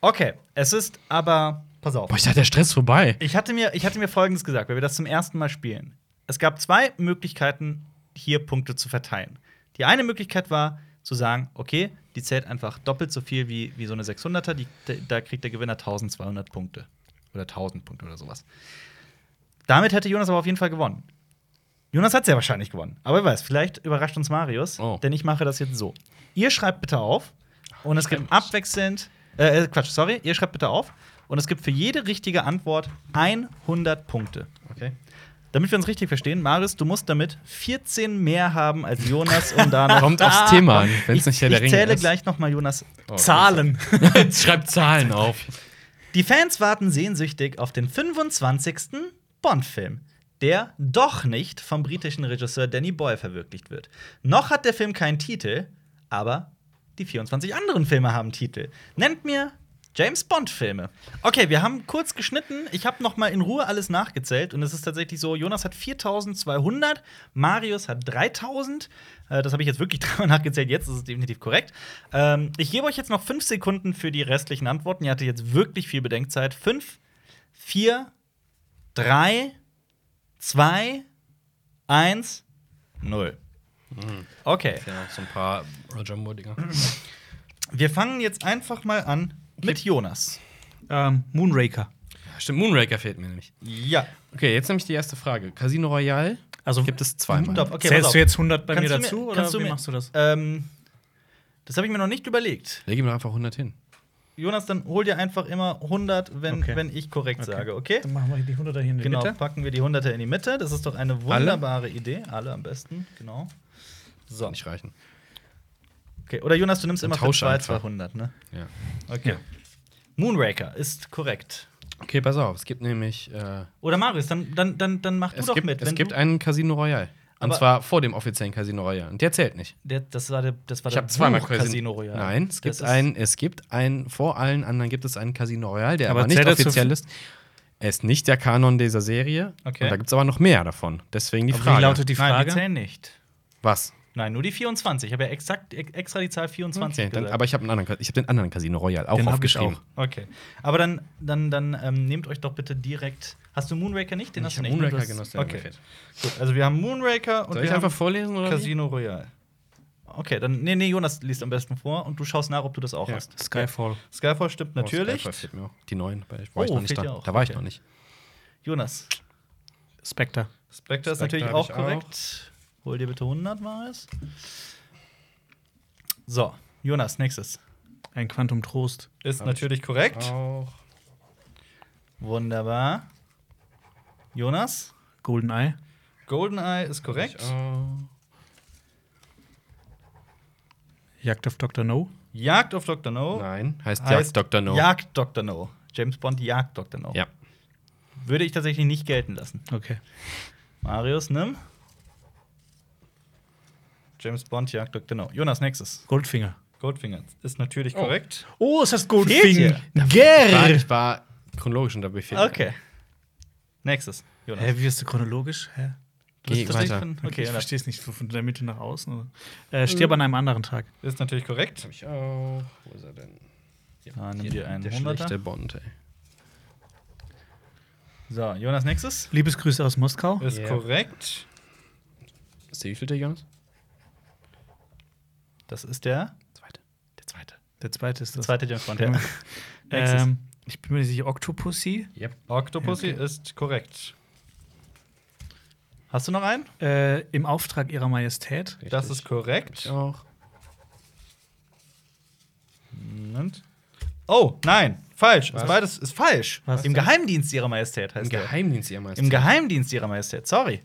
S1: Okay, es ist aber. Pass auf.
S2: Boah, ich dachte, der Stress ist vorbei.
S1: Ich hatte, mir, ich hatte mir Folgendes gesagt, weil wir das zum ersten Mal spielen. Es gab zwei Möglichkeiten, hier Punkte zu verteilen. Die eine Möglichkeit war, zu sagen, okay, die zählt einfach doppelt so viel wie, wie so eine 600er, die, da kriegt der Gewinner 1200 Punkte. Oder 1000 Punkte oder sowas. Damit hätte Jonas aber auf jeden Fall gewonnen. Jonas hat sehr wahrscheinlich gewonnen. Aber wer weiß, vielleicht überrascht uns Marius,
S2: Oh.
S1: denn ich mache das jetzt so. Ihr schreibt bitte auf und es gibt abwechselnd, äh, äh, Quatsch, sorry, ihr schreibt bitte auf und es gibt für jede richtige Antwort 100 Punkte.
S2: Okay.
S1: Damit wir uns richtig verstehen, Marius, du musst damit 14 mehr haben als Jonas, um da noch
S2: Kommt aufs Thema an, wenn
S1: ich,
S2: es nicht Herr der
S1: ich
S2: Ringe
S1: zähle
S2: ist.
S1: gleich noch mal Jonas.
S2: Oh,
S5: Zahlen.
S2: Jetzt schreibt Zahlen auf.
S1: Die Fans warten sehnsüchtig auf den 25. Bond-Film, der doch nicht vom britischen Regisseur Danny Boyle verwirklicht wird. Noch hat der Film keinen Titel, aber die 24 anderen Filme haben Titel. Nennt mir James Bond-Filme. Okay, wir haben kurz geschnitten. Ich habe noch mal in Ruhe alles nachgezählt und es ist tatsächlich so: Jonas hat 4200, Marius hat 3000. Äh, das habe ich jetzt wirklich dreimal nachgezählt. Jetzt ist es definitiv korrekt. Ähm, ich gebe euch jetzt noch fünf Sekunden für die restlichen Antworten. Ihr hattet jetzt wirklich viel Bedenkzeit. Fünf, vier, drei, zwei, eins, null.
S5: Mhm.
S1: Okay.
S2: Ja, so ein paar Roger Moore-Dinger.
S1: Wir fangen jetzt einfach mal an mit Jonas.
S5: ähm, Moonraker.
S2: Stimmt, Moonraker fehlt mir nämlich.
S1: Ja.
S2: Okay, jetzt nämlich die erste Frage. Casino Royale
S5: Also
S2: gibt es zweimal.
S1: Stopp, okay, pass
S5: Zählst
S1: auf.
S5: du jetzt 100 bei mir
S1: Kannst du mir-
S5: dazu oder
S1: kannst du
S5: wie
S1: mir-
S5: machst du das?
S1: Ähm, das habe ich mir noch nicht überlegt.
S2: Leg ihm doch einfach 100 hin.
S1: Jonas, dann hol dir einfach immer 100, wenn,
S5: Okay.
S1: wenn ich korrekt sage, okay?
S5: Dann machen wir die 100er hier in die
S1: Genau,
S5: Mitte.
S1: packen wir die 100er in die Mitte. Das ist doch eine wunderbare Idee. Alle am besten, genau.
S2: So. Nicht reichen.
S1: Okay. Oder Jonas, du nimmst immer für
S2: tausch
S1: zwei
S2: einfach.
S1: 200, ne?
S2: Ja.
S1: Okay. Moonraker ist korrekt.
S2: Okay, pass auf. Es gibt nämlich. Äh,
S1: Oder Marius, dann, dann, dann, dann mach du
S2: es
S1: doch
S2: gibt,
S1: mit.
S2: es
S1: wenn
S2: gibt
S1: du-
S2: einen Casino Royale. Und
S1: Aber-
S2: zwar vor dem offiziellen Casino Royale. Und der zählt nicht.
S1: der, das war der, das war
S2: Ich
S1: der
S2: habe zweimal
S1: Buch-
S2: Casin-
S1: Casino Royale.
S2: Nein, es
S1: Das
S2: gibt
S1: ist-
S2: einen, es gibt einen, vor allen anderen gibt es einen Casino Royale, der aber,
S5: Aber
S2: nicht
S5: zählt er zu-
S2: offiziell ist. Er ist nicht der Kanon dieser Serie.
S1: Okay.
S2: Und da gibt es aber noch mehr davon. Deswegen die
S5: Aber wie
S2: Frage.
S5: lautet die
S1: Nein,
S5: Frage?
S1: die zählen nicht.
S2: Was?
S1: Nein, nur die 24. Ich habe ja exakt, ex- extra die Zahl 24
S2: Okay, dann,
S1: gesagt.
S2: aber ich habe einen anderen, Ka- ich habe den anderen Casino Royale auch
S5: Den hab ich
S2: aufgeschrieben.
S5: auch.
S1: okay. Aber dann, dann, dann ähm, nehmt euch doch bitte direkt. Hast du Moonraker nicht? Den hast du
S2: hab
S1: nicht. ne? Du hast-
S2: genossen, der
S1: okay.
S2: gefällt.
S1: Gut, also wir haben Moonraker und wir
S2: Soll ich
S1: haben
S2: einfach vorlesen oder? wie?
S1: Casino Royale. Okay, dann nee, nee, Jonas liest am besten vor und du schaust nach, ob du das auch
S2: Ja.
S1: hast.
S5: Skyfall.
S1: Skyfall stimmt
S2: Oh,
S1: natürlich.
S2: Skyfall fehlt mir auch. Die neuen, weil ich war ich
S1: Oh,
S2: noch nicht
S1: fehlt
S2: da.
S1: dir auch,
S2: Da war ich
S1: okay.
S2: noch nicht.
S1: Jonas,
S5: Spectre.
S1: Spectre ist
S2: Spectre
S1: natürlich
S2: hab
S1: auch
S2: ich auch.
S1: korrekt. Hol dir bitte 100 mal es. So, Jonas, nächstes.
S5: Ein Quantum Trost.
S1: Ist
S2: Hab ich
S1: natürlich korrekt.
S2: Auch.
S1: Wunderbar. Jonas,
S5: GoldenEye.
S1: GoldenEye ist korrekt.
S5: Jagd auf Dr. No.
S1: Jagd auf Dr. No.
S2: Nein, Oh. heißt,
S1: heißt
S2: Jagd Dr. No.
S1: Jagd Dr. No. James Bond jagt Dr. No.
S2: Ja.
S1: Würde ich tatsächlich nicht gelten lassen.
S5: Okay.
S1: Marius, nimm. James Bond jagt Dr. No. Jonas, nächstes.
S5: Goldfinger.
S1: Goldfinger ist natürlich korrekt.
S5: Oh, es heißt
S1: Goldfinger.
S2: Ich war,
S5: Gerr.
S2: ich war chronologisch und dabei fehlt
S1: Okay. Nächstes. Jonas.
S5: Hä, wie ist du chronologisch? Hä?
S1: Du bist
S2: Geh
S1: tatsächlich
S2: weiter.
S1: von-
S5: Okay,
S1: Okay, Mhm.
S5: ich
S1: Jonas.
S5: verstehe es nicht. Von der Mitte nach außen. Oder? Äh, stirb an einem anderen Tag.
S1: ist natürlich korrekt.
S2: ich auch. Wo ist er denn?
S1: Da nimm dir einen
S2: Der
S1: 100er.
S2: schlechte Bond, ey.
S1: So, Jonas, nächstes.
S5: Liebesgrüße aus Moskau.
S1: Ist
S2: Ja.
S1: korrekt.
S2: Ist der wievielte, Jonas?
S1: Das ist der,
S2: Zweite.
S1: der zweite.
S5: Der zweite ist
S1: Der
S5: das.
S1: zweite James Bond, ja. Nächstes.
S5: Ähm, ich bin mir nicht sicher. Octopussy.
S2: Yep.
S1: Octopussy
S5: Ja, okay.
S1: ist korrekt. Hast du noch einen?
S5: Äh, Im Auftrag ihrer Majestät.
S1: Das ist korrekt.
S2: Ich auch.
S1: Moment. Oh, nein, falsch. Ist
S2: Was?
S1: beides ist falsch.
S5: Was
S1: Im
S5: denn?
S1: Geheimdienst ihrer Majestät
S2: Im
S1: heißt der.
S2: Geheimdienst, ihr Meister.
S1: Im Geheimdienst ihrer Majestät, sorry.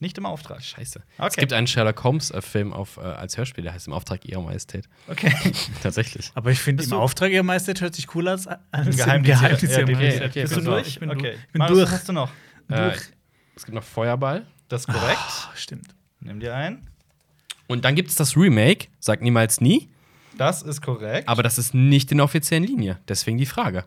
S1: Nicht im Auftrag.
S2: Scheiße.
S1: Okay.
S2: Es gibt einen Sherlock Holmes-Film auf, äh, als Hörspiel, der heißt Im Auftrag ihrer Majestät.
S1: Okay.
S2: Tatsächlich.
S5: Aber ich finde,
S1: Bist
S5: im
S1: du-
S5: Auftrag ihrer Majestät hört sich cooler als, als
S1: Geheimdienst-
S5: im Geheimdienst
S1: ja,
S5: ihrer
S1: ja,
S5: Majestät.
S2: okay,
S5: Bist du
S2: okay, pass
S1: So,
S2: auf.
S5: durch? Ich bin
S1: okay.
S5: durch. Ich bin
S1: Marius,
S5: durch.
S1: Was hast du noch?
S2: Äh, es gibt noch Feuerball.
S1: Das ist korrekt.
S5: Ah, stimmt.
S1: Nimm dir einen.
S2: Und dann gibt es das Remake, sagt niemals nie,
S1: Das ist korrekt.
S2: aber das ist nicht in der offiziellen Linie. Deswegen die Frage.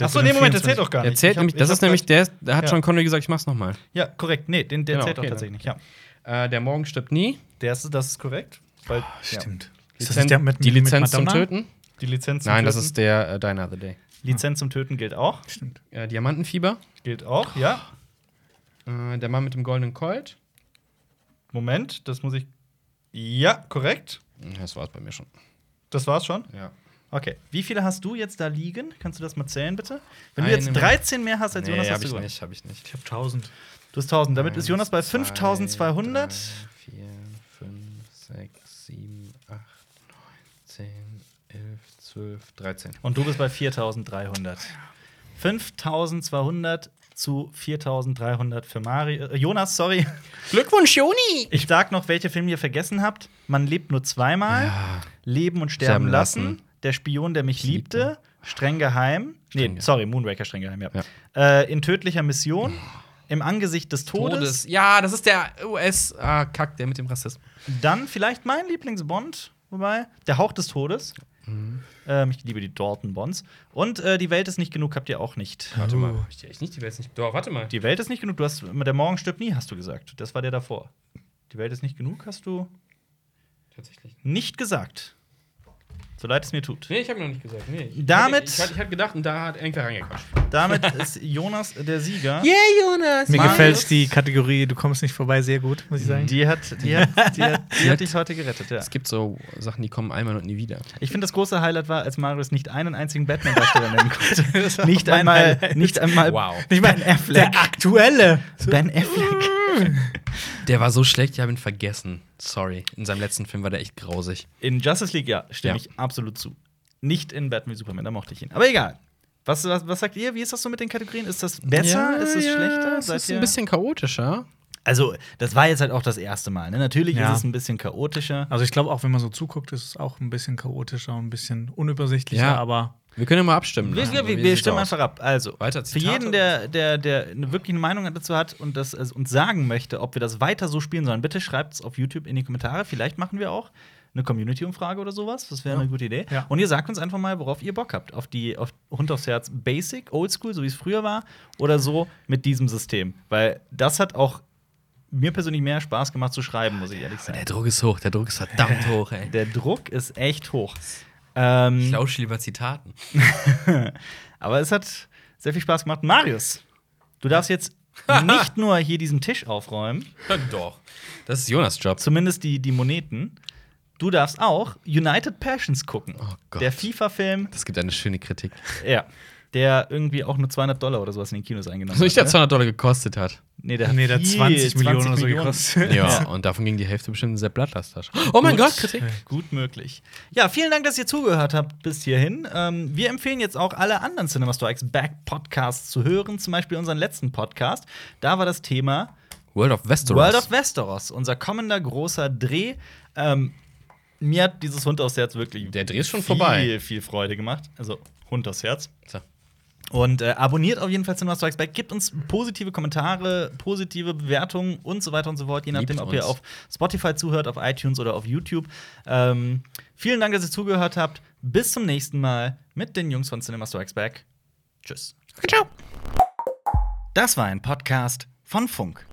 S1: Achso, nee, Moment, der zählt doch gar
S2: Er
S1: nicht.
S2: zählt
S1: Ich hab-
S2: nämlich, das
S1: ich
S2: ist
S1: hab
S2: nämlich
S1: grad-
S2: der, da hat
S1: Ja.
S2: Sean Connery gesagt, ich mach's nochmal.
S1: Ja, korrekt. Nee, den, der
S2: Genau,
S1: zählt doch
S2: okay,
S1: tatsächlich nicht. Ja.
S2: Äh, der Morgen stirbt nie.
S1: Der ist, das ist korrekt. Weil, ja.
S5: Stimmt. Ist das
S2: Lizenz,
S5: nicht der mit-
S2: die
S5: mit
S2: Lizenz zum
S5: Madonna?
S2: Töten?
S1: Die Lizenz zum
S2: Nein, das
S1: Töten-
S2: ist der äh, Die Another Day.
S1: Lizenz zum Töten gilt auch.
S5: Stimmt.
S2: Äh, Diamantenfieber.
S1: Gilt auch, ja.
S2: Äh, der Mann mit dem goldenen Colt.
S1: Moment, das muss ich. Ja, korrekt.
S2: Das war's bei mir schon.
S1: Das war's schon.
S2: Ja.
S1: Okay. Wie viele hast du jetzt da liegen? Kannst du das mal zählen, bitte? Wenn du
S2: Eine
S1: jetzt
S2: mehr.
S1: 13 mehr hast als
S2: Nee,
S1: Jonas,
S2: hab
S1: hast du
S2: ich
S1: gewonnen.
S2: nicht, hab ich nicht.
S5: Ich habe 1000.
S1: Du hast 1000. Damit ist
S2: Eins,
S1: Jonas bei
S2: zwei,
S1: 5200.
S2: drei, vier, fünf, sechs, sieben, acht, neun, zehn, elf, zwölf, dreizehn.
S1: Und du bist bei 4300. 5200 zu 4300 für Mari äh, Jonas, sorry.
S2: Glückwunsch, Joni!
S1: Ich sag noch, welche Filme ihr vergessen habt. Man lebt nur zweimal. Leben und Sterben
S2: Sterben
S1: lassen.
S2: lassen.
S1: Der Spion, der mich liebte. Streng geheim. Nee,
S2: Streng geheim.
S1: sorry, Moonraker streng geheim, ja. Äh, in tödlicher Mission. Im Angesicht des Todes.
S2: Oh. Todes. Ja, das ist der US-Kack, der mit dem Rassismus.
S1: Dann vielleicht mein Lieblingsbond, wobei. Der Hauch des Todes.
S2: Mhm.
S1: Ähm, ich liebe die Dalton Bonds. Und äh, die Welt ist nicht genug, habt ihr auch nicht.
S2: Warte mal. Hab Oh, Ich die echt nicht, die Welt nicht. Doch, warte mal.
S1: Die Welt ist nicht genug, du hast. Der Morgen stirbt nie, hast du gesagt. Das war der davor. Die Welt ist nicht genug, hast du
S2: Tatsächlich.
S1: nicht gesagt. So leid es mir tut.
S2: Nee, ich habe noch nicht gesagt. Nee. Ich-
S1: Damit-
S2: Ich, ich, hatte- ich habe gedacht, und da hat irgendwer reingequatscht.
S1: Damit ist Jonas der Sieger.
S2: Yeah, Jonas!
S5: Mir
S1: Marius?
S5: gefällt die Kategorie, du kommst nicht vorbei, sehr gut, muss ich sagen.
S1: Die hat, die hat, die hat, die hat dich heute gerettet, ja.
S2: Es gibt so Sachen, die kommen einmal und nie wieder.
S1: Ich finde, das große Highlight war, als Marius nicht einen einzigen Batman-Darsteller nennen konnte. nicht,
S5: auch mein
S1: einmal,
S5: Highlight.
S1: nicht einmal
S2: Wow.
S1: ich mein, Ben Affleck.
S5: Der aktuelle.
S1: Ben Affleck.
S2: Der war so schlecht, ich habe ihn vergessen. Sorry. In seinem letzten Film war der echt grausig.
S1: In Justice League, ja, stimme
S2: Ja.
S1: ich absolut zu. Nicht in Batman wie Superman, da mochte ich ihn. Aber egal. Was, was, was sagt ihr? Wie ist das so mit den Kategorien? Ist das besser? ist es schlechter?
S2: Es
S1: Seid
S2: ist
S1: ihr-
S2: ein bisschen chaotischer.
S1: also, das war jetzt halt auch das erste Mal. Ne? Natürlich
S5: Ja.
S1: ist es ein bisschen chaotischer.
S5: Also ich glaube, auch wenn man so zuguckt, ist es auch ein bisschen chaotischer und ein bisschen unübersichtlicher,
S2: Ja.
S5: aber
S2: Wir können ja mal abstimmen.
S1: Wir,
S2: lassen.
S1: wir,
S2: Wie
S1: wir
S2: sieht's
S1: stimmen
S2: aus?
S1: einfach ab. Also,
S2: Weiter,
S1: für
S2: Zitate
S1: jeden, der, der, der eine wirklich eine Meinung dazu hat und das also uns sagen möchte, ob wir das weiter so spielen sollen, bitte schreibt es auf YouTube in die Kommentare. Vielleicht machen wir auch eine Community-Umfrage oder sowas. Das wäre eine gute Idee.
S5: Ja.
S1: Und ihr sagt uns einfach mal, worauf ihr Bock habt. Auf die auf Hund aufs Herz Basic, Oldschool, so wie es früher war, oder so mit diesem System. Weil das hat auch mir persönlich mehr Spaß gemacht zu schreiben, muss ich ehrlich sagen.
S2: Der Druck ist hoch, der Druck ist verdammt hoch, ey.
S1: Der Druck ist echt hoch.
S2: Ich
S1: Ähm,
S2: lausche lieber Zitaten.
S1: aber es hat sehr viel Spaß gemacht. Marius, du darfst jetzt nicht nur hier diesen Tisch aufräumen,
S2: Doch. Das ist Jonas Job.
S1: zumindest die, die Moneten. Du darfst auch United Passions gucken.
S2: Oh Gott.
S1: Der FIFA-Film,
S2: Das gibt eine schöne Kritik.
S1: ja, der irgendwie auch nur 200 Dollar oder sowas in den Kinos eingenommen
S2: Was Also nicht der
S1: hat. ne?
S2: 200 Dollar gekostet hat.
S1: Nee, der,
S3: Nee, der hat
S1: viel,
S3: 20 Millionen oder so gekostet.
S2: Ja, und davon ging die Hälfte bestimmt in Sepp Blattlers Tasche. Oh mein Gott, Kritik.
S1: Gut möglich. Ja, vielen Dank, dass ihr zugehört habt bis hierhin. Ähm, wir empfehlen jetzt auch alle anderen Cinema Strikes Back Podcasts zu hören, zum Beispiel unseren letzten Podcast. Da war das Thema
S2: World of Westeros.
S1: World of Westeros, unser kommender großer Dreh. Ähm, mir hat dieses Hund aufs Herz wirklich
S2: Der Dreh ist schon
S1: viel,
S2: vorbei.
S1: viel Freude gemacht. Also Hund aufs Herz.
S2: So.
S1: Und äh, abonniert auf jeden Fall Cinema Strikes Back. Gebt uns positive Kommentare, positive Bewertungen und so weiter und so fort, je nachdem,
S2: Liebt
S1: ob ihr
S2: uns.
S1: auf Spotify zuhört, auf iTunes oder auf YouTube. Ähm, vielen Dank, dass ihr zugehört habt. Bis zum nächsten Mal mit den Jungs von Cinema Strikes Back. Tschüss. Ciao. Das war ein Podcast von Funk.